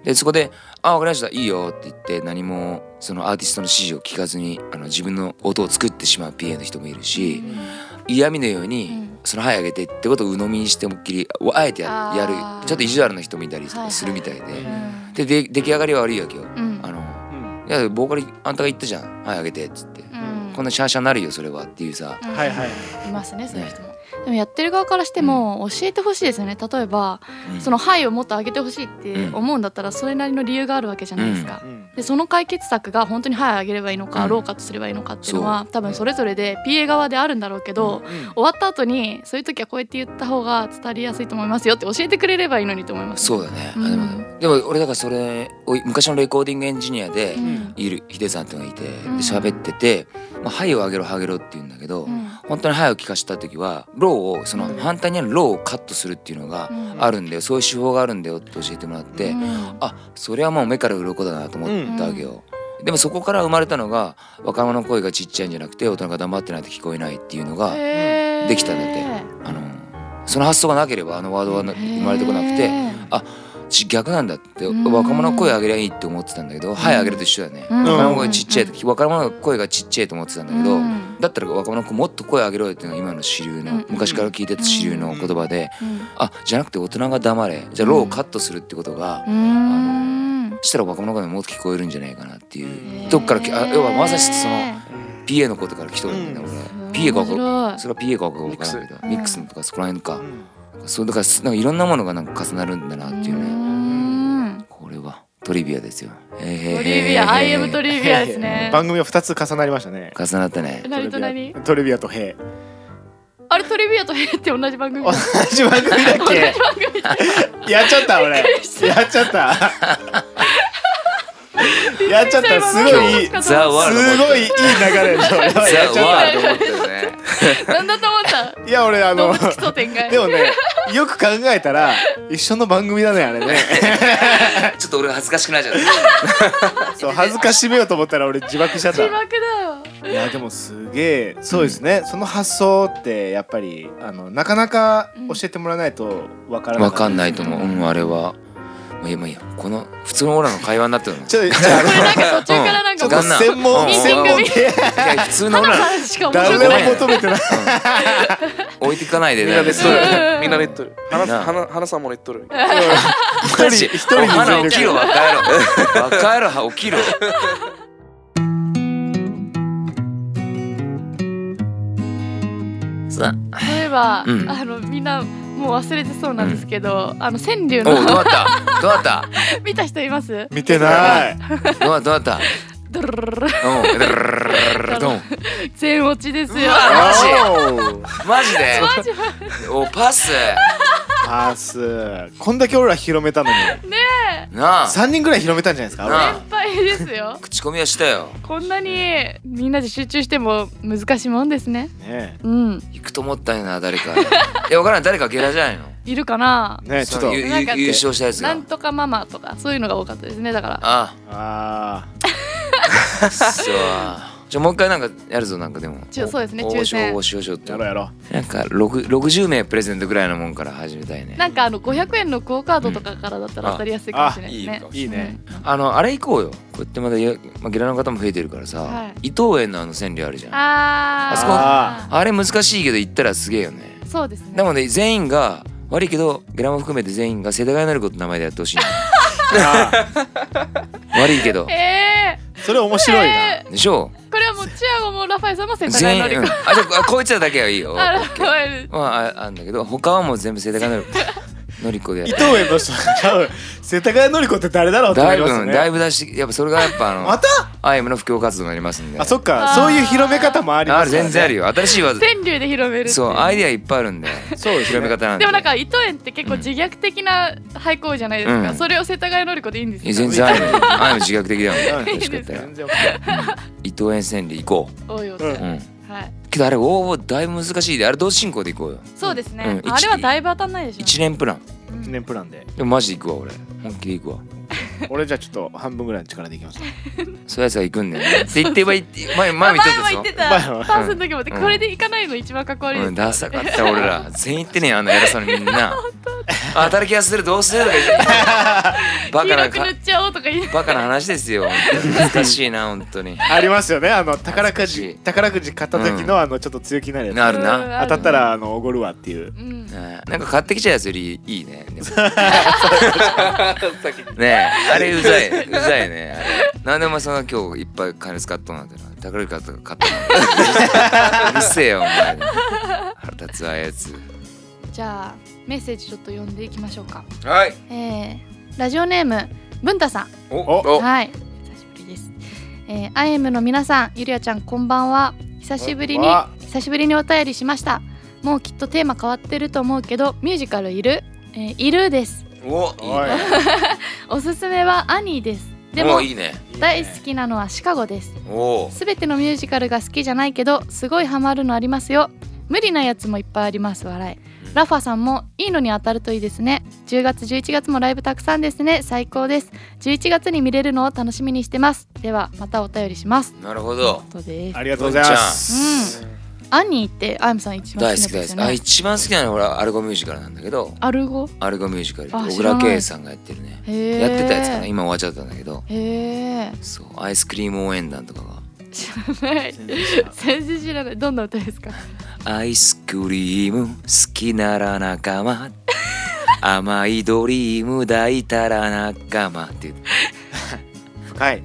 S2: でそこで「あ分かりましたいいよ」って言って何もそのアーティストの指示を聞かずにあの自分の音を作ってしまう PA の人もいるし、嫌味のように、
S4: うん
S2: その「はい上げて」ってことを鵜呑みにして思いっきりあえてや
S4: あー
S2: やるちょっと意地悪な人もいたりと
S4: はいは
S2: か
S4: い
S2: するみたいで、
S4: うん
S2: でで出来上がりは悪いわけよ。
S4: うん
S2: あのいやボーカルあんたが言ったじゃん「はい上げて」っつって、
S4: うん
S2: こんなシャンシャンなるよそれはっていうさ、
S4: うん
S3: はいはい
S4: いますねそういう人も、でもやってる側からしても教えてほしいですよね例えば
S2: うん
S4: その「はい」をもっと上げてほしいって思うんだったらそれなりの理由があるわけじゃないですか、
S3: うん
S4: でその解決策が本当に「はい」上げればいいのか、
S2: うん
S4: ローカットすればいいのかっていうのは多分それぞれで PA 側であるんだろうけど、終わった後にそういう時はこうやって言った方が伝わりやすいと思いますよって教えてくれればいいのにと思います。
S2: そうだね、
S4: うん
S2: あでもでも俺だからそれお昔のレコーディングエンジニアで
S4: うん
S2: いるヒデさんっていうのがいてで
S4: ん
S2: 喋ってて「まあ、はいを上げろ上げろ」って言うんだけど、
S4: うん
S2: 本当に「はい」を聞かせた時はローをその反対にあるローをカットするっていうのが
S4: うん
S2: あるんだよ、そういう手法があるんだよって教えてもらって、
S4: うん
S2: あそれはもう目から鱗だなと思ったわけよ。でもそこから生まれたのが若者の声がちっちゃいんじゃなくて大人が黙ってないと聞こえないっていうのが
S4: へー
S2: できたんだってあのその発想がなければあのワードはな生まれてこなくて
S4: へー
S2: ち逆なんだって
S4: うん
S2: 若者の声上げりゃいいって思ってたんだけど「はい上げると一緒だね」
S4: うん
S2: 若者の声ちっちゃい時若者の声がちっちゃいと思ってたんだけど、
S4: うん
S2: だったら若者の子もっと声上げろよっていうのが今の主流
S4: う
S2: の
S4: ん
S2: 昔から聞いてた主流の言葉で
S4: うん
S2: あじゃなくて大人が黙れじゃあローをカットするってことが
S4: うーん
S2: したら若者の声ももっと聞こえるんじゃないかなっていう
S4: へー
S2: どっからきあ要はまさしくその
S4: す
S2: PA のことから来とるんだよね
S4: ごい
S2: 俺 PA か
S4: 面
S2: 分か
S4: 白い
S2: それは PA か分からんけど
S4: ミ
S2: ミッ
S4: ック
S2: ク
S4: ス
S2: スのとかそこら辺か
S3: うん
S2: そうだからすなんかいろんなものがなんか重なるんだなっていう
S4: う
S2: ね
S4: ーん
S2: これはトリビアですよト
S4: トリビア、I am トリビアです ね。
S3: 番組は二つ重なりましたね
S2: 重なったね
S4: 何と何？
S3: トレビアとヘイ
S4: あれトリビアとヘイって同じ番組だ。
S3: 同じ番組だっけやっちゃった俺やっちゃった やっちゃったすごいいいす
S4: す
S2: ザワールド
S3: ごいいい流れだ俺はやっち
S2: ザワ
S3: ゃっ
S2: ールド思ってるね
S4: なんだと思った。
S3: たいや俺あ
S4: 動
S3: の
S4: 物奇想天外。
S3: でもねよく考えたら一緒の番組だねあれね
S2: ちょっと俺恥ずかしくなっちゃった
S3: そう恥ずかしめようと思ったら俺自爆しちゃっ
S4: 自
S3: た
S4: 爆だよ。
S3: いやでもすげえそうですね、その発想ってやっぱりあのなかなか教えてもらわないとわからない
S2: わかんないと思う、うん、あれは。もういいや、もういいや、この普通のオーラの会話になってるの。
S3: ちょっとじゃああの
S4: これなんか途中からなん
S3: ちょ
S4: か
S3: っと
S2: 旦那
S3: 専
S2: う
S3: 門
S2: ん
S3: 専門
S4: いい
S3: で
S2: いや普通のオー
S4: 花
S2: ラ
S4: さんしか面白く
S3: 誰
S4: ない。
S3: も求めてない
S2: 置いていかないで
S5: みん
S2: ね。
S5: なネット
S4: うん
S5: る。みんなネットる。花
S2: なあ
S5: 花花さんもネットる。
S2: 一人、一人
S3: に全力
S2: 花起きろ、若えろ。若えろ、起きろ。さあ、
S4: そういえば、
S2: うん
S4: あのみんなもう忘れてそうなんですけど、あの川柳
S2: おう、どうだ
S4: の
S2: った。どうだった。
S4: 見た人います？
S3: 見てない
S2: どうだ、どうだった。
S4: ドルルル
S2: お
S4: ル
S2: う、ドゥルドン。
S4: 全落ちですよ。
S2: うわ
S3: おー
S2: マジで。
S4: マジマジ
S2: お、パス。
S3: パスこんだけ俺ら広めたのに
S2: なあ。
S3: 3人ぐらい広めたんじゃないですか俺
S2: な
S3: ら
S2: あ
S4: 先輩ですよ。
S2: 口コミはしたよ。
S4: こんなにみんなで集中しても難しいもんですね。
S3: ね
S4: うん、
S2: 行くと思ったよな、誰 か。いや、わからん、誰かゲラじゃないの。
S4: いるかな。
S3: えねえちょっ
S2: そ
S3: と
S2: のゆゆ
S4: なんか
S2: 優勝したやつ
S4: な
S2: が
S4: んとかママとかそういうのが多かったですねだから
S2: あ
S3: あ
S2: あくそーじゃあもう一回なんかやるぞなんかでも
S4: ちょそうですね
S2: お
S4: 抽選
S2: おしようしようって
S3: やろうやろ
S2: なんか6 60名プレゼントぐらいのもんから始めたいね
S4: なんかあの500円のクオカードとかからだったら当たりやすいかもしれないですね。
S3: ういいね
S2: あのあれ行こうよこうやってまだや、まあ、ゲラの方も増えてるからさ、
S4: は
S2: 伊藤園のあの川柳あるじ
S4: う
S2: ゃ
S4: ん。
S2: んあ
S4: あー
S2: あそこ
S4: あ
S2: れ難しいけど行ったらすげえよね
S4: ーそうですね。
S2: でもね全員が悪いけどゲラも含めて全員が世田谷のり子って名前でやってほしいの
S3: ああ
S2: 悪いけ ど
S4: え
S3: それ面
S4: ー、
S3: 白いな
S4: え
S2: でしょ
S4: ーこれはもうチアゴもラファエルさんも世
S2: う
S4: 田谷の
S2: 全
S4: り
S2: 員、う
S4: 子
S2: ん、あじゃあこいつらだけはいい よ
S4: あラファエル
S2: まあああんだけど他はもう全部世田 谷のり子のり子でやっ
S3: 伊
S2: て
S3: 藤園の人多分世田谷のり子って誰だろうってな
S2: だい
S3: り
S2: ぶ、
S3: ますよ
S2: うんだい
S3: ね
S2: ぶ出してやっぱそれがやっぱあの
S3: また
S2: アイムの布教活動になりますんで
S3: あそっか
S4: あー
S3: そういう広め方もあり
S2: あ
S3: ます
S2: る
S3: からね
S2: 全然あるよ新しい技
S4: 川柳で広めるっていう
S2: そうアイディアいっぱいあるんで
S3: そうですね
S2: 広め方なんで
S4: でもなんか伊藤園って結構自虐的な俳句多いじゃないですか、
S2: うん
S4: それを世田谷のり子でいいんです
S2: いや
S4: か
S2: 全然アイ ムアイム自虐的だもん
S3: うん
S2: どっちかって言ったら
S3: 全然 OK
S2: 伊藤園千里行こ
S4: 多いよ、
S3: うん
S2: ううん
S4: はい
S2: けどあれ応募だいぶ難しいであれ同時進行で行こうよ
S4: そうですね、
S2: うん
S4: あれはだいぶ当たんないでしょ
S2: 一年プラン
S3: 記念プランで
S2: でもマジで行くわ俺本気で行くわ
S3: 俺じゃあちょっと半分ぐらいの力でいきます
S2: そういうやつは行くんだよねって言ってばい前前も言っ
S4: 前
S2: て
S4: も
S2: た
S4: 言
S2: ぞ
S4: ってた
S3: 前は
S4: パースの時もって
S2: うん
S4: これで行かないの一番かっこ悪いです、
S2: うん、ダサかった俺 ら全員行ってねえあんな偉そうにみんなあ働きやすいどうせとか言って バカなか
S4: 黄色く塗っちゃおうとか言い
S2: バカな話ですよ難しいな本当に
S3: ありますよねあの宝
S2: 懐
S3: く
S2: かし
S3: じ
S2: い
S3: 宝くじ買った時
S2: う
S3: のあのちょっと強気になるやつ
S2: なるな
S3: 当たったらあのおごるわっていう
S4: うん
S2: ねなんか買ってきちゃうやつよりいい ね。でもねえ、あれうざい、 うざいね。あれなんでお前そんな今日いっぱい金使っとんなんてな。宝くじ買った買ったの。うるせえよ、お前。腹立つわああいうやつ。
S4: じゃあメッセージちょっと読んでいきましょうか
S2: はい。
S4: えー、ラジオネーム文太さん
S2: お、
S3: お
S2: お、
S4: はい久しぶりですえー、アイエムの皆さんゆりやちゃんこんばんは久しぶりに
S3: こんばんは
S4: 久しぶりにお便りしましたもうきっとテーマ変わってると思うけどミュージカルいる、えーいるです
S2: お、いい
S3: おい
S2: ね。
S4: おすすめはアニーですで
S2: お
S4: も
S2: いいね。
S3: いいね
S4: 大好きなのはシカゴです
S2: お、
S4: すべてのミュージカルが好きじゃないけどすごいハマるのありますよ無理なやつもいっぱいあります笑いラファさんもいいのに当たるといいですね10月11月もライブたくさんですね最高です11月に見れるのを楽しみにしてますではまたお便りします
S2: なるほど。
S4: ということです
S3: ありがとうございます
S4: アニーってアイムさん一番
S2: 大
S4: 好き
S2: 好き
S4: なんで
S2: 大
S4: す
S2: 好
S4: よ
S2: き。あ、
S4: ね
S2: 一番好きなのはほらアルゴミュージカルなんだけど、
S4: アルゴ
S2: アルゴミュージカルって
S4: あ
S2: 小
S4: 知らな
S2: 倉
S4: い
S2: 圭さんがやってるね。
S4: へー
S2: やってたやつかな。今終わっちゃったんだけど。
S4: へえ
S2: そう、アイスクリーム応援団とかが。
S4: 知らない全然知らないどんな歌ですか
S2: アイスクリーム好きなら仲間甘いドリーム抱いたら仲間っていう
S3: 深い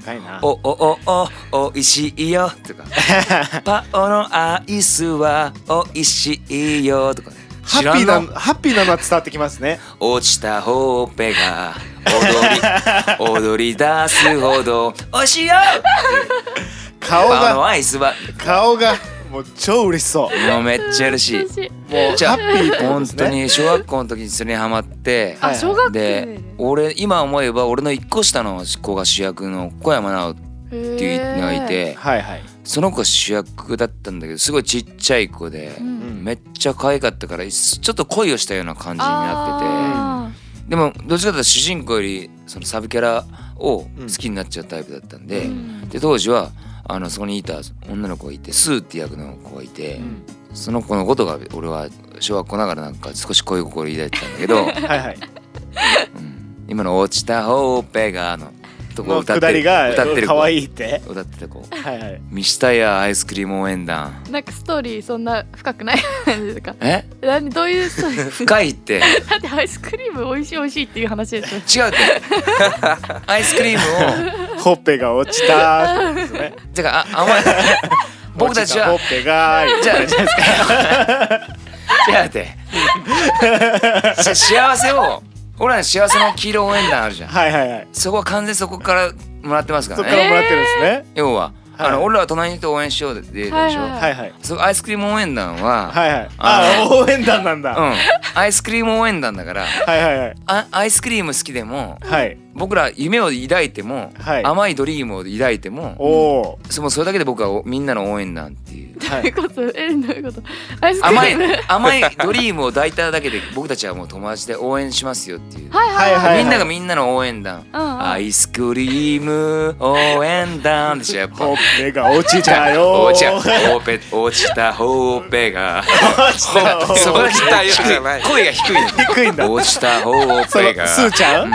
S3: 深いな
S2: おおおおおいしいよとかパオのアイスはおいしいよとかね
S3: ハッピーなハッピーなのは伝わってきますね
S2: 落ちたほっぺが 踊り踊り出すほどおいしいよパ
S3: 顔
S2: オの
S3: が
S2: アイスは
S3: 顔がもう超嬉しそう
S2: もうめっちゃ嬉しい
S4: 嬉しい
S3: もう
S2: じゃあ
S3: ハッピーってことで
S2: 本
S3: す
S2: 当
S3: ね
S2: に小学校の時にそれにハマって
S3: は
S4: あ
S3: い
S4: 小学生
S2: で俺今思えば俺の一個下の子が主役の小山直って
S4: て
S2: いうのがいて
S3: はいはい
S2: その子が主役だったんだけどすごいちっちゃい子で、
S3: うん
S2: めっちゃ可愛かったからちょっと恋をしたような感じになって
S4: あ
S2: てでもどっちかというと主人公よりそのサブキャラを好きになっちゃうタイプだったんで、
S4: ーうん
S2: で当時はあのそこにいた女の子がいてスーって役の子がいて、その子のことが俺は小学校ながらなんか少し恋心を抱いてたんだけど。
S3: はいはい
S2: うん今の「落ちたほっぺが」のとこ
S3: の
S2: 歌っ
S3: く
S2: て
S3: だ
S2: る
S3: りが
S2: 歌ってる
S3: 可
S2: 子
S3: 愛いって
S2: 歌ってた子
S3: はいはい
S2: 「ミシタヤアイスクリーム応援団
S4: なんかストーリーそんな深くない感じですか」
S2: え
S4: 何どういうストーリ ー
S2: 深いって
S4: だってアイスクリーム美味しい美味しいっていう話です よ
S2: 違うってアイスクリームを
S3: ほっぺが落ちたーってことですね
S2: てかあ甘い僕たちは
S3: 落ちほっぺがーい
S2: じゃあ違うってし幸せを俺らの幸せの黄色応援団あるじゃん
S3: はいはいはい
S2: そこは完全にそこからもらってますか
S3: そっ
S2: ら
S3: から
S2: ね
S3: もらってるんですね
S2: 要はあ
S3: は
S2: の
S3: い
S2: 俺らは隣の人を応援しようででしょ
S4: はいはい
S3: はいはい
S2: そうアイスクリーム応援団は
S3: はいはい
S2: あ
S3: あ応援団なんだは
S2: うん、アイスクリーム応援団だから
S3: いはいはい
S2: あアイスクリーム好きでも
S3: はい
S2: 僕ら夢を抱いても、
S3: はい
S2: 甘いドリームを抱いても
S3: おお
S2: そのそれだけで僕はおみんなの応援団っていう
S3: は
S4: え
S3: い、
S4: こそえどういうことアイスクリーム
S2: 甘い甘いドリームを抱いただけで僕たちはもう友達で応援しますよっていう、
S4: はいはいはい
S3: はいはい
S2: みんながみんなの応援団、
S4: うんうん
S2: アイスクリーム応援団でしょやっぱ
S3: ほっぺが落ちたよ
S2: 落ちたほっぺ落ちたほっぺが
S3: 落ちた
S2: ほっぺ そこが
S5: 落ちたよじゃない
S2: 声が低い
S3: 低い んだ
S2: の落ちたほっ
S3: その
S2: ぺ
S3: ス
S2: が
S3: ーちゃん、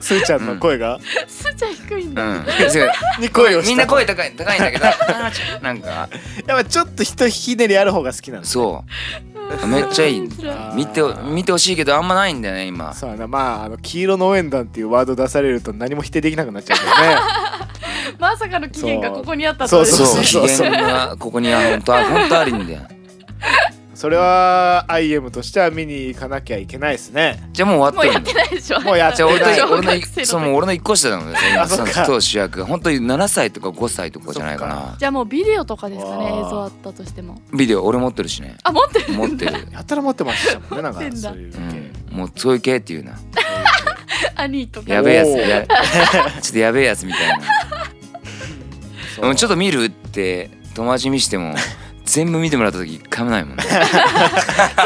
S3: スーちゃんの声が、
S4: すーちゃん低いん
S2: う
S4: だ、
S2: ん、すごい
S3: に声をした
S2: みんな声高い高いんだけどあーちゃんなんか
S3: やっぱちょっとひとひねりある方が好きなんです
S2: そうめっちゃいい
S4: 辛
S3: あー
S2: 見て見てほしいけどあんまないんだよね今
S3: そうやなまああの黄色の応援団っていうワード出されると何も否定できなくなっちゃうけ
S4: まさかの期限がここにあった
S3: そう
S4: と
S3: そう
S2: そう
S3: そう
S2: 機嫌がここにあ本当あ本当あるんだよ
S3: どねそれは IM としては見に行かなきゃいけないで すね
S2: じゃあもう終
S4: も
S2: わってる
S4: うやっ
S2: ん
S4: て
S2: だ
S4: ないでしょ
S3: もうやっ
S2: じゃあ俺
S3: や
S2: の俺
S3: っ
S2: の
S4: 小学生の時
S2: そうもう俺の一個下なのね
S3: あそっか
S2: そう主役本当に7歳とか5歳とかじゃないかな
S4: じゃあもうビデオとかですかね
S3: わ
S4: 映
S3: ー
S4: 像あったとしても
S2: ビデオ俺持ってるしね
S4: あ持ってる
S2: 持 ってる
S3: やたら持ってましたもんねなんか
S4: 持ってんだ
S3: そういう
S2: う
S3: 系、
S2: んもうそういう系っていうな
S4: 兄とか
S2: やべえやつ
S3: おー
S2: や ちょっとやべえやつみたいな
S3: そう
S2: うんちょっと見るって友達に見しても全部見てもらった時一回もないもんね
S4: そ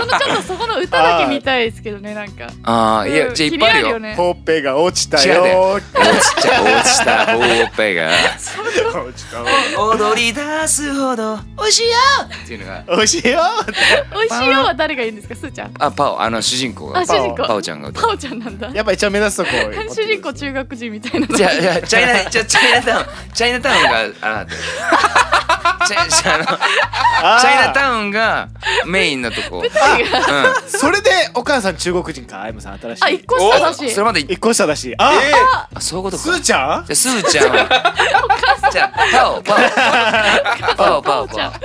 S4: のちょっとそこの歌だけ見たいですけどねなんか
S2: ああいや
S4: うん
S2: じゃあいっぱいあるよ
S4: 気になね
S3: ほっぺが落ちた
S2: 違う
S3: よ
S2: 落ちた落ちたほっぺが
S3: 落ちた
S2: 踊り出すほどおいしいよっていうのが
S3: おいしいよ
S4: 美味しいよは誰が言うんですかすーちゃん
S2: あパオあの主人公
S4: あ
S2: が
S4: 主人公
S2: パオちゃんが歌う
S4: パオちゃんなんだ
S3: やっぱ一応目指すとこ
S4: 主人公中学人みたいな
S2: じゃあじゃあチャイナじゃあチャイナタウンチャイナタウンがあなたチャイチャイナ
S3: あー
S2: チャイナタウンがメインのとこ、う
S3: それでお母さん中国人か IM さん新しい
S4: あ一個下だ
S2: ん、
S4: し
S2: それまで
S3: 一個下だしあ、
S2: あそういうことか
S3: すーちゃん
S2: じゃあすーちゃんはじゃあパオパオパオパオ
S4: パオちゃん
S2: パ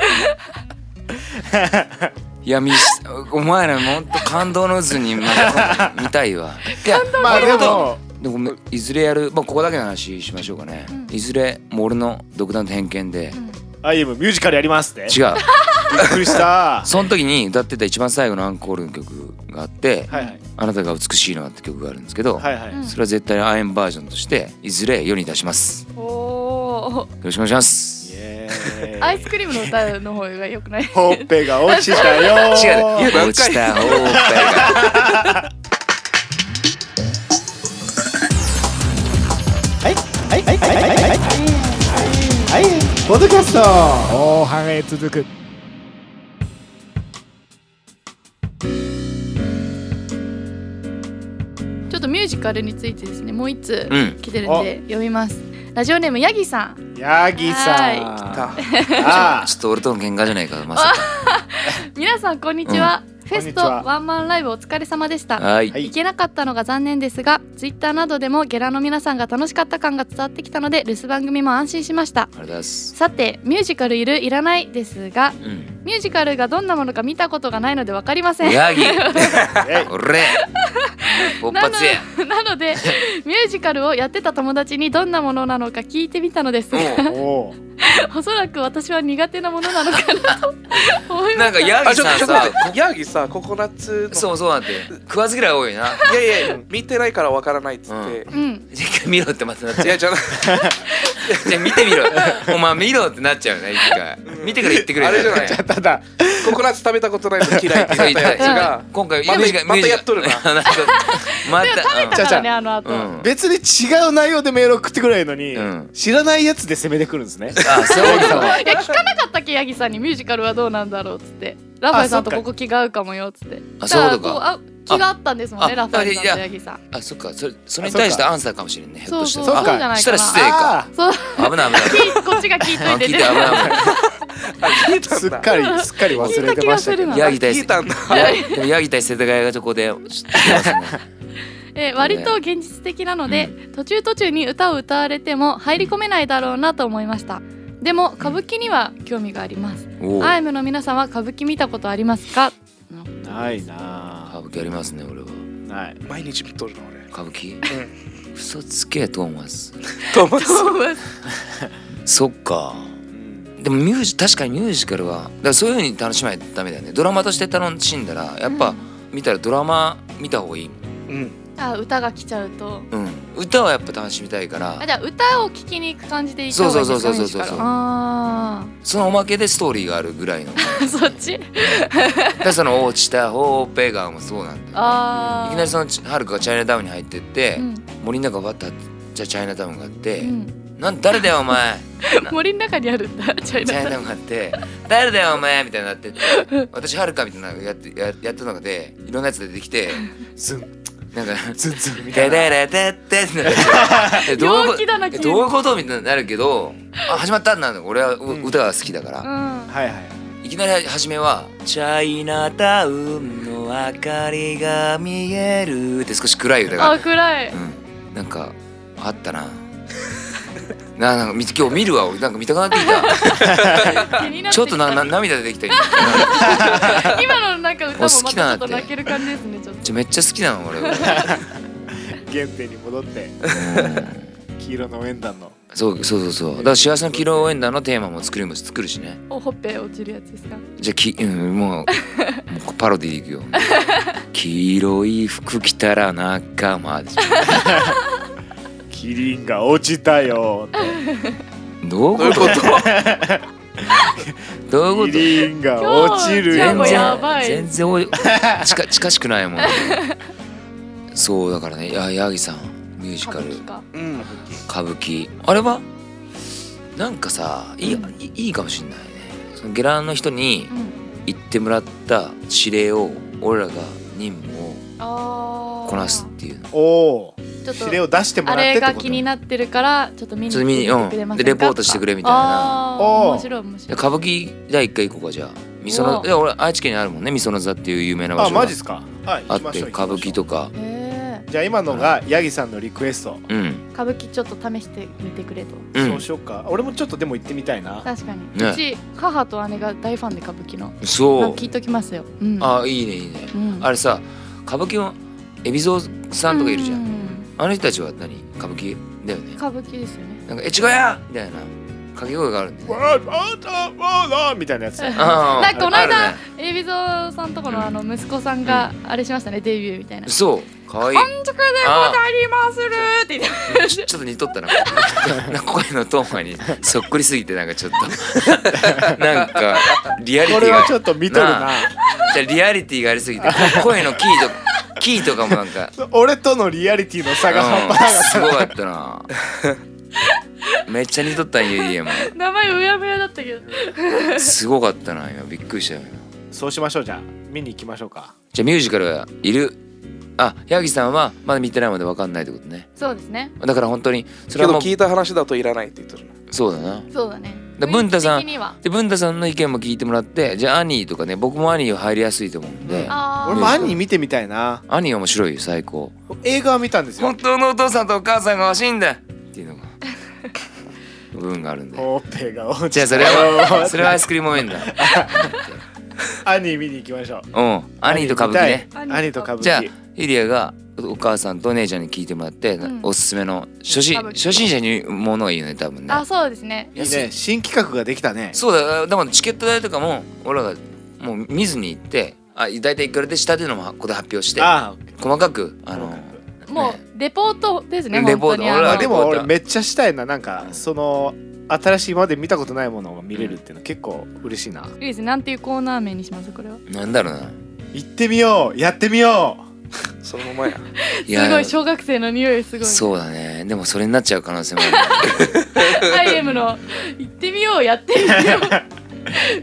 S2: オいやみしお前らもっと感動の渦にまた見たいわいや
S3: まあで
S2: もともと
S3: も
S2: でもいずれやる、まあ、ここだけの話しましょうかね、いずれもう俺の独断と偏見で、
S3: IM ミュージカルやりますって
S2: 違う
S3: びっくりした
S2: その時に歌ってた一番最後のアンコールの曲があって「
S3: はいはい
S2: あなたが美しいのは」って曲があるんですけど、
S3: はいはい、
S4: うん
S2: それは絶対アイエンバージョンとしていずれ世に出しますよ
S4: おお
S2: ろしくお願いしま
S3: イ
S2: す
S3: エーイ
S4: アイスクリームの歌の方が良くない
S3: ほっぺが落ちたよ
S2: 違う
S3: ー
S2: ね落ちたほっぺが
S3: はいはいはいはいはいはいポッドキャスト後半へ続く
S4: ちょっとミュージカルについてですねもう一通
S2: うん
S4: 来てるんで読みますラジオネームヤギさん
S3: ヤギさん
S5: は
S3: あ
S2: ちょっと俺との喧嘩じゃないかまさ
S4: 皆さんこんにちは、フェ
S3: こん
S4: ス
S3: にち
S4: ト
S3: は
S4: ワンマンライブお疲れ様でした
S2: かはい、
S3: はい
S4: 行けなかったのが残念ですがツイッターなどでもゲラの皆さんが楽しかった感が伝わってきたので留守番組も安心しました
S2: ありがとうございます
S4: さてミュージカルいるいらないですが
S2: うん
S4: ミュージカルがどんなものか見たことがないので分かりません
S2: ヤギ
S3: あえい
S2: 俺勃
S4: なの
S2: 発や
S4: な の でミュージカルをやってた友達にどんなものなのか聞いてみたのですが
S2: う
S3: お
S4: おそらく私は苦手なものなのかなと思い
S2: んな
S4: ま
S2: ん
S4: す
S2: かヤ
S5: あ
S2: ギ
S5: ちょっ
S2: さん
S5: とちょっと
S2: さ
S5: 待ってヤギさココナッツの
S2: そうそうなんて食わず嫌い多いない
S5: やいや見てないからわからないっつって、
S4: うん
S2: 一回見ろってまたなっちゃう
S5: いやじゃない
S2: じゃあ見てみろお前見ろってなっちゃうね一回見てから言ってくれ
S5: あれじゃない
S3: ーただ
S5: ココナッツ食べたことないの嫌いって言ったやつが
S2: 今回
S5: また
S2: ミュージカル
S5: またやっとるな
S2: ミュージカル なんかま
S4: でも食べ
S2: た
S4: たか
S3: う
S4: ら
S3: んじ
S4: ねあの後、
S2: うん
S3: 別に違う内容でメール送ってくれいのに、
S2: うん
S3: 知らないやつで攻めてくるんですね
S2: あそういうこと
S4: いや聞かなかったっけヤギさんにミュージカルはどうなんだろうっつってラファエルさんとここ気が合うかもよっつって
S2: あそういうこと
S4: だ
S2: から
S4: こうあ気があったんですもんね
S2: あ
S4: ラファエルさんと
S2: あいや
S4: ヤギさん
S2: あそっかそれそれに対してアンサーかもしれんねひょっ
S4: そう
S2: とし
S4: そ
S2: たら
S4: うそう
S3: あ
S4: じゃない
S2: した
S4: から
S2: 失礼か
S3: あ
S4: そう
S2: 危ない危 ない
S4: 聞いこっちが聞い
S2: あ
S4: と
S2: 聞いて
S4: いて
S2: 危ない
S5: 聞い
S3: ー
S5: た
S3: す
S5: ん
S3: っ
S5: だ
S3: かりすっかり忘れてましたけ
S4: 聞いた気がする
S3: ど
S4: な
S2: 危ないヤギ対
S5: 聞いたんだ
S2: ヤギでもヤギ対世田谷がそこで知ってますね
S4: えー割と現実的なので、途中途中に歌を歌われても入り込めないだろうなと思いましたでも歌舞伎には興味があります
S2: おお
S4: アイムの皆さんは歌舞伎見たことありますか
S3: ないな
S2: 歌舞伎ありますね俺は
S3: ぁない
S5: 毎日見とるな俺
S2: 歌舞伎嘘つけトーマス
S5: トーマス
S2: そっか
S3: うん
S2: でもミュージ確かにミュージカルはだからそういう風に楽しまないとダメだよねドラマとして楽しんだらやっぱ見たらドラマ見た方がいい
S5: うん
S4: あ歌が来ちゃうと
S2: うん、歌はやっぱ楽しみたいから
S4: あじゃあ歌を聴きに行く感じで行った方がいいです
S2: そ
S4: か
S2: うそうそうそうそう
S4: 西からあ
S2: そのおまけでストーリーがあるぐらい の
S4: あそっち
S2: でその落ちたほっぺがもそうなんだよ
S4: ああ
S2: いきなりそのちはるかがチャイナタウンに入ってって、
S4: うん
S2: 森の中バッタじゃあチャイナタウンがあって、
S4: うん、
S2: なん誰だよお 前
S4: 森の中にあるんだ チャイ
S2: チャイナ
S4: ナ
S2: タウンがあって誰だよお前みたいになって って私はるかみたいなのやってややってた中でいろんなやつ出てき て
S3: ズン
S2: なんか
S3: ズンズンみた
S2: ダ
S3: いな
S2: ダダダダってなってえどういうこ
S4: 陽気だな
S2: え
S4: 君
S2: どういうことみたいになるけどあ始まったんだ俺はう、歌が好きだから、
S4: うん
S3: はいはい
S2: いきなり初めは「チャイナタウンの明かりが見える」って少し暗い歌が
S4: あ暗い
S2: うん、なんかあったな ななんかみ今日見るわ俺なんか見たくなってきた
S4: 気 になってきた
S2: ちょっとなな涙出てきたけど
S4: 今のなんか歌
S2: お
S4: も
S2: 好
S4: ま
S2: きだ
S4: たち
S2: な
S4: ょ
S2: っ
S4: ってと泣ける感じですねちょっと
S2: ちょめっちゃ好きなの俺
S3: 原点に戻って黄色の応援団の
S2: そうそうそうそうだから幸せの黄色応援団のテーマも作るも作るしね
S4: おほっぺ落ちるやつですか
S2: じゃあき、うん、もうもうパロディでいくよ黄色い服着たら仲間でしょ
S3: キリンが落ちたよ
S2: ど
S5: ど
S2: う
S5: う
S2: い
S5: いうう
S2: こ
S5: こと
S2: どういう
S3: キ
S2: こと
S3: リンが落ちる
S4: 今日
S2: 全
S4: も
S2: 然
S4: やばい
S2: 全然おい近近しくないもんそうだからねいや八木さんミュージカル
S4: 歌舞伎か
S5: とうん
S2: 歌舞伎あれはなんかさいい,、
S4: うん
S2: いいいかもしんないねそのゲランの人に
S4: うん
S2: 言ってもらった指令を俺らが任務を
S4: ああ
S2: こなすっていう
S3: おおー
S4: ちょっと
S3: 指令を出してもら
S4: あ
S3: ってっ
S4: れ
S3: てこと
S4: が気になってるからちょっと見に
S2: ちょっと見に
S4: 行ってくれませんか
S2: うんでレポートしてくれみたいな
S4: あー
S3: おー
S4: 面白い面白い
S2: 歌舞伎第一回行こうかじゃあみその
S4: お
S2: いや俺愛知県にあるもんねみその座っていう有名な場
S3: あ
S2: 所が
S3: マジっすかはい
S2: あ
S3: 行
S2: っ
S3: きま
S2: て
S3: しょう
S2: 歌舞伎とか
S4: へ
S3: じゃあ今のがヤギさんのリクエスト、
S2: うん
S4: ー歌舞伎ちょっと試してみてくれと
S2: う
S3: そ
S2: ん
S3: うしようか俺もちょっとでも行ってみたいな
S4: 確かに、
S2: ね
S4: うち母と姉が大ファンで歌舞伎の
S2: そう
S4: 聞いときますよ、うん、
S2: あいいねいいね
S4: うん
S2: あれさ歌舞伎の海老蔵さんとかいるじゃ
S4: うん
S2: あの人たちは何歌舞伎だよね
S4: 歌舞伎ですよね
S2: なんか「え違うや!」みたいな掛け声があるんで、ね、
S3: わあわあわあわあみたいなやつ
S2: あー
S4: なんかこの
S2: あ
S4: 間
S2: るね
S4: 海老蔵さんとこのあの息子さんがあれしましたねデビューみたいな
S2: そうかわいい
S4: 「でございまする」って言って
S2: ちょちょっと似とったななんか声のトーンにそっくりすぎてなんかちょっ となんかリアリテ
S3: こ
S2: ィ
S3: れ
S2: が
S3: はちょっと見とるな
S2: じゃあリアリティがありすぎてこ声のキーとキーとかもなんか、
S3: 俺とのリアリティの差が半端な
S2: うん、すごかったなめっちゃ似とったんゆりえも
S4: 名前うやむやだったけど
S2: すごかったな今びっくりしたよ
S3: いそうしましょうじゃあ見に行きましょうか
S2: じゃあミュージカルはいるあ八木さんはまだ見てないので分かんないってことね
S4: そうですね
S2: だから本当にそ
S5: け
S2: れは
S5: ど
S2: もう
S5: 聞いた話だといらないって言ってる
S2: そうだな
S4: そうだね
S2: で文太さん
S4: 雰囲気的には
S2: で文太さんの意見も聞いてもらってじゃあアニーとかね僕もアニーは入りやすいと思うんで、
S4: あ
S3: 俺
S4: ー
S3: もアンに見てみたいな
S2: アニー面白いよ最高
S3: 映画は見たんですよ
S2: 本当のお父さんとお母さんが欲しいんだっていうのが部分があるんで
S3: ほっぺが落
S2: じゃあ
S3: ち
S2: そ
S3: た
S2: れは
S3: よ
S2: それはアイスクリーム麺だ
S3: アニ見に行きましょう
S2: うんアニーと歌舞伎ね
S3: 見たいアニと歌舞伎
S2: じゃあユリアがお母さんとお姉ちゃんに聞いてもらって、
S4: うん
S2: おすすめの初心
S4: 歌舞伎
S2: 初心者にものがいいよね多分ね
S4: あそうですね
S3: いいね新企画ができたね
S2: そうだだからチケット代とかも俺らがもう見ずに行ってあ大体いくらでしたっていうのもここで発表して
S3: ああ
S2: 細かくあの
S4: も
S2: ね
S4: うレポートですね
S2: レポート
S4: 本当にあ
S2: 俺
S4: の
S2: は
S3: まあ
S2: レ
S3: で
S2: ポ
S3: も俺めっちゃしたいななんかその新しい今まで見たことないものが見れるっていうの結構嬉しいな
S4: ルイズなんていうコーナー名にしますこれは
S2: なんだろう な
S3: 行ってみようやってみよ
S5: そのままや
S2: い
S4: すごい小学生の匂いすごい
S2: そうだねでもそれになっちゃう可能性もある
S4: アイエムの行ってみようやってみよ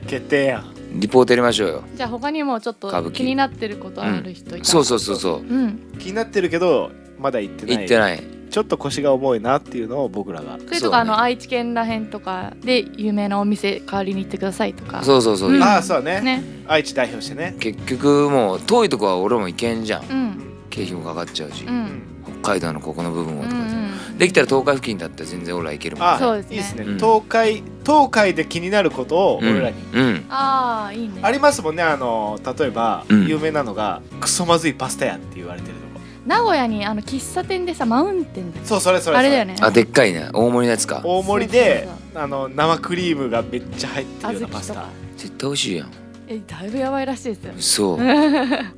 S3: う決定やん
S2: リポートやりましょうよ
S4: うじゃあ他にもちょっ
S2: 歌舞
S4: と
S2: 伎
S4: 気になってることある人いたら
S2: そうそうそうそう
S4: うん
S3: 気になってるけどまだ行ってない
S2: 行ってない
S3: ちょっと腰が重いなっていうのを僕らが
S4: それ
S2: そ
S4: とか
S2: う
S4: あ
S2: ね
S4: の愛知県らへんとかで有名なお店代わりに行ってくださいとか
S2: そうそうそう、
S4: うん
S3: ああそうね
S4: ね
S3: 愛知代表してね
S2: 結局もう遠いとこは俺も行けんじゃん
S4: うん
S2: 経費もかかっちゃうし、
S4: うん
S2: 北海道のここの部分
S4: う
S2: を
S4: ん
S2: と
S4: う
S2: かさ、
S4: ん
S2: できたら東海付近だったら全然俺ら行けるもん
S3: あ
S4: そう
S3: あい
S4: ですね
S3: いですね
S2: うん
S3: 東海東海で気になることを
S2: うん
S3: 俺らに
S2: うん
S4: ああいいね
S3: ありますもんねあの例えば
S2: うん
S3: 有名なのがクソまずいパスタ屋って言われてるとこ
S4: 名古屋にあの喫茶店でさマウンテンだっ
S3: そうそれそ
S4: け
S3: れ
S4: あれだ
S3: そ
S4: よね
S2: あでっかいね大盛りのやつか
S3: 大盛りで
S4: そうそう
S3: あの生クリームがめっちゃ入ってるようなパス
S4: 小豆
S3: タ
S4: と
S2: 絶対美味しいやん
S4: え だいぶやばいらしいですよ
S2: そう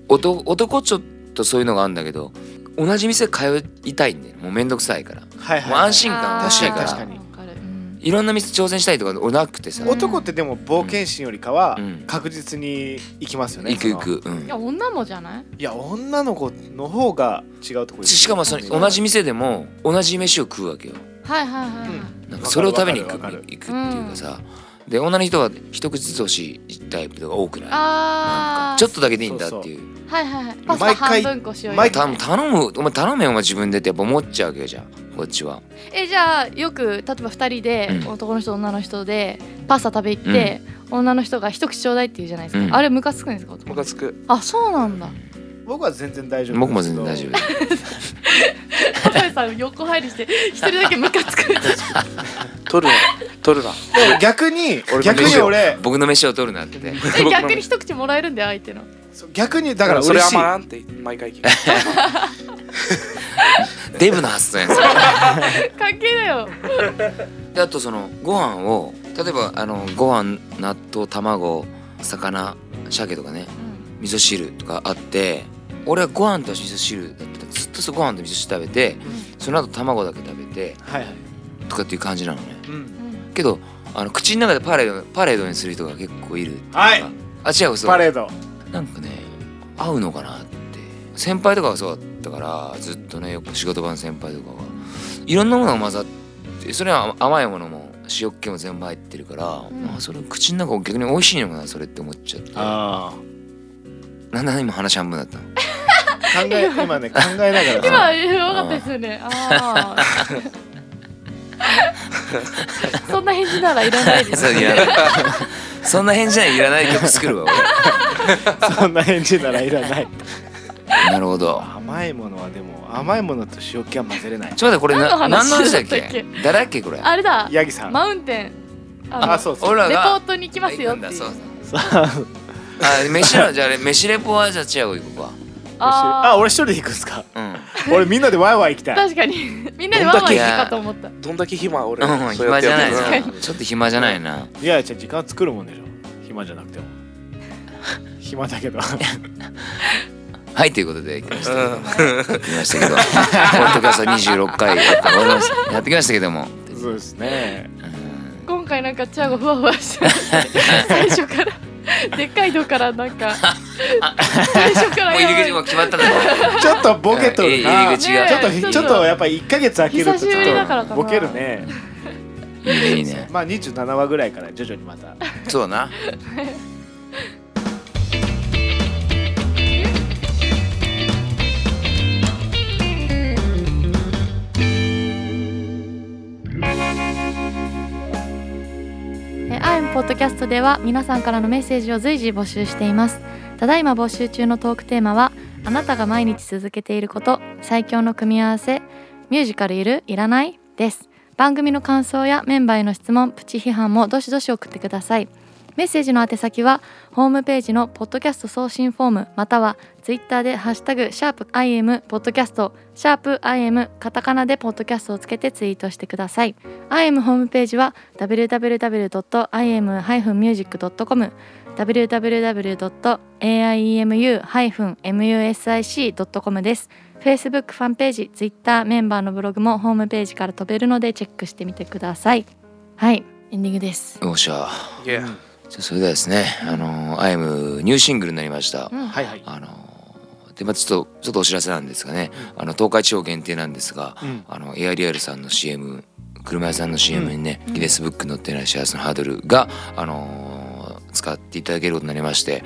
S2: おと男ちょっとそういうのがあるんだけど同じ店通いたいんでもうめんどくさいから、
S3: はいはい
S2: もう
S3: はい
S2: 安心感欲しいか
S3: 確からに
S4: わるうん
S2: いろんな店挑戦したいとかなくてさ、
S4: うん
S3: 男ってでも冒険心よりかは
S2: うん
S3: 確実に行きますよね
S2: 行く行
S3: その
S2: く、うん
S4: いや女もじゃない
S3: いや女の子の方が違うところ
S2: しかもそ
S4: うん
S2: の同じ店でも同じ飯を食うわけよ
S4: はいはいはいはい、
S3: うん
S2: なんかそれを食べに行く
S3: わかるわ
S2: 行
S3: か
S2: くっていうかさ、で女の人は一口ずつ欲しいタイプが多くないなん
S4: あ
S2: か
S4: あ
S2: ちょっとだけでいいんだっていう
S4: はいはいはいパスタ半分こしようよ
S3: 毎
S2: た頼むお前頼めよお前自分でってやっぱ思っちゃうわけじゃんこっちは
S4: えじゃあよく例えば二人で、
S2: うん
S4: 男の人女の人でパスタ食べ行って、女の人が一口ちょうだいって言うじゃないですか、
S2: うん
S4: あれムカつくんですか男
S5: ムカつく
S4: あそうなんだ
S3: 僕は全然大丈夫
S2: 僕も全然大丈夫
S4: 田辺さん横入りして一人だけムカつく
S5: 取るな取るな
S3: でも逆 に
S5: 俺
S3: 逆に俺
S2: 僕の飯を取るな って
S4: え逆に一口もらえるんで相手の
S3: そう逆にだから
S5: そ
S3: 嬉
S5: れ
S3: しい
S5: 甘なんって毎回聞く
S2: デブの発想やんそれ
S4: 関係だよ
S2: であとそのご飯を例えばあのご飯納豆卵魚鮭とかね味噌汁とかあって俺はご飯と味噌汁だったからずっとそうご飯と味噌汁食べてその後卵だけ食べて
S3: はいはい
S2: とかっていう感じなのね
S3: うん
S4: うん
S2: けどあの口の中でパレードパレードにする人が結構いるっていうか
S3: はい
S2: あ違うそう
S3: パレード
S2: なんかね合うのかなって先輩とかはそうだったからずっとねよく仕事場の先輩とかはいろんなものが混ざってそれは甘いものも塩っ気も全部入ってるから、
S4: ん
S2: まあそれ口の中逆に美味しいのかなそれって思っちゃって
S3: ああ
S2: なんで今話半分だったの
S3: 考え今ね考えながら
S4: 今分かったですよねああそんな返事ならいらないです
S2: そういらないそんな返事ないいらない曲作るわ
S3: そんな返事ならいらない
S2: 俺なるほど
S3: 甘いものはでも甘いものと塩気は混ぜれない
S2: ちょっと待ってこれな
S4: 何の
S2: 何
S4: 話
S2: の話だっけ
S4: だったっ
S2: 誰だっけこれ
S4: あれだ
S3: ヤギさん
S4: マウンテンの
S3: あそうそう
S2: 俺ら
S4: レポ
S2: が
S4: ートに行きますよって
S2: あ行くんだ
S4: いう
S2: そう
S3: そう
S2: あ飯のじゃああれ飯レポはじゃあ千代子行こ
S4: あ
S3: あ
S4: ー
S3: 俺一人で行くんす か
S2: うかうん
S3: 俺みんなでワイワイ行きたい
S4: 確かに みんなでワンワン行くかと思った
S5: どんだけ暇俺
S2: うん、
S5: そうや
S2: 暇
S5: って
S2: じ
S5: や
S2: ゃな
S5: っ
S2: い
S5: てる
S2: な。ちょっと暇じゃないな。
S3: いやいや時間作るもんでしょ暇じゃなくても暇だ けど
S2: はい、ということで、やってき
S5: うん
S2: ましたけど、ポッドキャスト26回やって終わりましたやってきましたけども、
S3: そうですね
S2: うん
S4: 今回なんかチャーゴふわふわして ました最初からでっかいのからなん か最初から
S2: もう入り口
S4: やば
S2: も
S4: い
S2: 決まったんだね
S3: ちょっとボケと
S2: え
S3: る
S2: え
S3: な
S2: 入り口が。
S4: ね
S3: ちょっとちょっとやっぱ1ヶ月空けると
S4: 久しぶ
S2: りだ
S4: から
S3: ちょ
S4: か
S3: っ
S4: な
S3: とボケるね
S2: いいね、いいね。
S3: まあ27話ぐらいから徐々にまた
S2: そうだな。
S4: えアイムポッドキャストでは皆さんからのメッセージを随時募集していますただいま募集中のトークテーマはあなたが毎日続けていること最強の組み合わせミュージカルいるいらないです番組の感想やメンバーへの質問プチ批判もどしどし送ってくださいメッセージの宛先はホームページのポッドキャスト送信フォームまたはツイッターでハッシュタグシャープ i m ポッドキャストシャープ i m カタカナでポッドキャストをつけてツイートしてください IM ホームページは www.im-music.com www.aiemu-music.com です。Facebook ファンページ、Twitter メンバーのブログもホームページから飛べるのでチェックしてみてください。はい、エンディングです。
S2: よっしゃ。
S5: いや
S2: じゃあそれではですね、あのー、アイムニューシングルになりました。
S4: うん
S3: はいはい
S2: あのー、で、まあちょっと、ちょっとお知らせなんですがね、あの、東海地方限定なんですが、
S3: うん
S2: あのエアリアルさんの CM 車屋さんの CM にね、
S4: うん
S2: ギネスブックに載ってない幸せのハードルが、あのー使っていただけることになりまして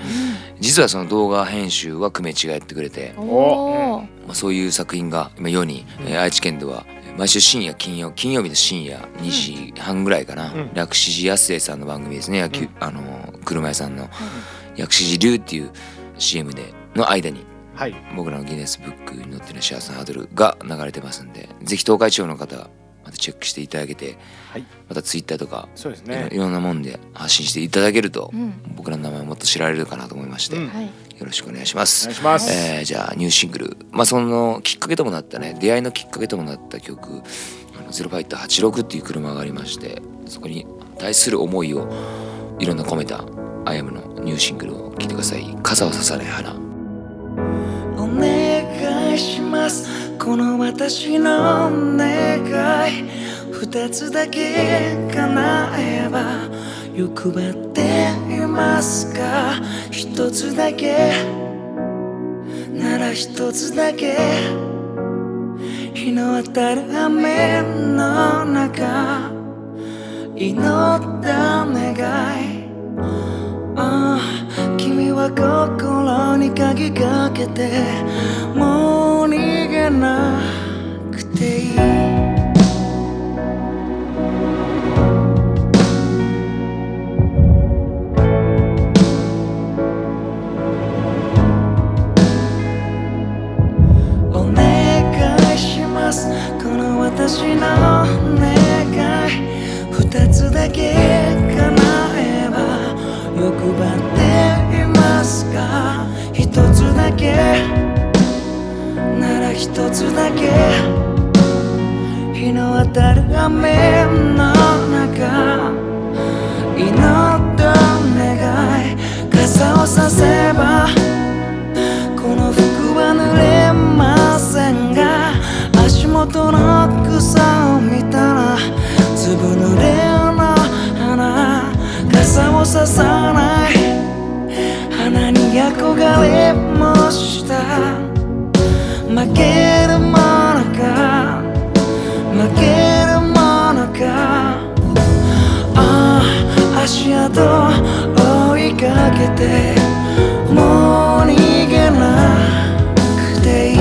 S2: 実はその動画編集は久米地がやってくれて、
S4: おお、
S2: まあ、そういう作品が今世に、えー愛知県ではえー毎週深夜金曜金曜日の深夜2時半ぐらいかな、
S3: うん
S2: 薬師寺康生さんの番組ですね野球、
S3: うん
S2: あのー車屋さんの薬師寺流っていう CM での間に
S3: はい
S2: 僕らのギネスブックに載ってる幸せのハードルが流れてますんでぜひ東海地方の方またチェックしていただけて、
S3: はい
S2: またツイッターとか、
S3: そうです
S2: いろ
S3: ね
S2: いろんなもんで発信していただけると、
S4: うん、
S2: 僕らの名前もっと知られるかなと思いまして、
S3: うん
S2: よ
S4: はい、
S2: ろしくお願いしま
S3: お
S2: す
S3: 願い。します
S2: えーじゃあニューシングル、まあ、そのきっかけともなったね出会いのきっかけともなった曲「あのゼロファイター86」っていう車がありましてそこに対する思いをいろんな込めた「アイアムのニューシングルを聴いてください「傘をささない花」お願いします
S7: ますこの私の願い二つだけ叶えば欲張っていますか一つだけなら一つだけ日の当たる雨の中祈った願いああ君は心に鍵かけてもう逃げなくていいお願いしますこの私の願い二つだけ叶えば欲張っていますか一つだけなら一つだけ日の当たる雨の中祈った願い傘をさせばこの服は濡れませんが足元の草を見たら粒濡れの花傘をささない花に憧れました負けるものか負けるものかああ足跡追いかけてもう逃げなくていい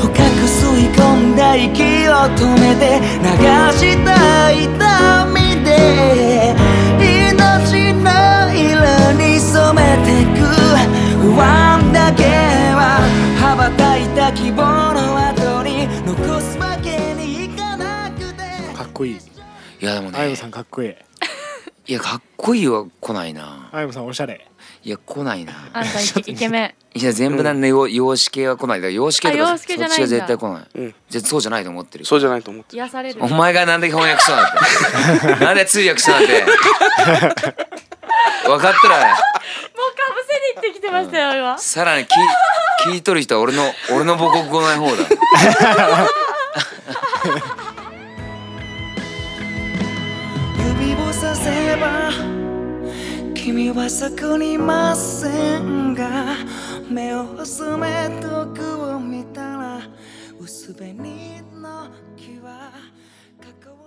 S7: 捕獲吸い込んだ息を止めて流した痛みで命の色に染めてく不安だけは羽ばたいた希望の後に残すわけにいかなくて
S3: かっこいい
S2: いやでも
S3: あやむ
S2: ね
S3: さんかっこいい
S2: いやかっこいいは来ないな
S3: あやむさんおしゃれ
S2: いや来ないな
S4: あんたイケイケメ
S2: いや全部なんでよ様式系は来ないだから様式系とか
S4: あ様
S2: そ
S4: 式
S2: っち
S4: じ
S2: は
S4: ゃないんだ
S2: 絶対来ない
S5: うん
S2: じゃそうじゃないと思ってる
S5: そうじゃないと思って
S4: ン癒される
S2: お前がなんで翻訳したなんだよ なんで通訳したなんて分かったら
S4: もうかぶせに行ってきてましたよ、今。
S2: さらに聞聞いとる人は俺の俺の母国語ない方だ
S7: 指をさせば君はそこにいませんが目を細め遠くを見たら薄紅の木は囲わ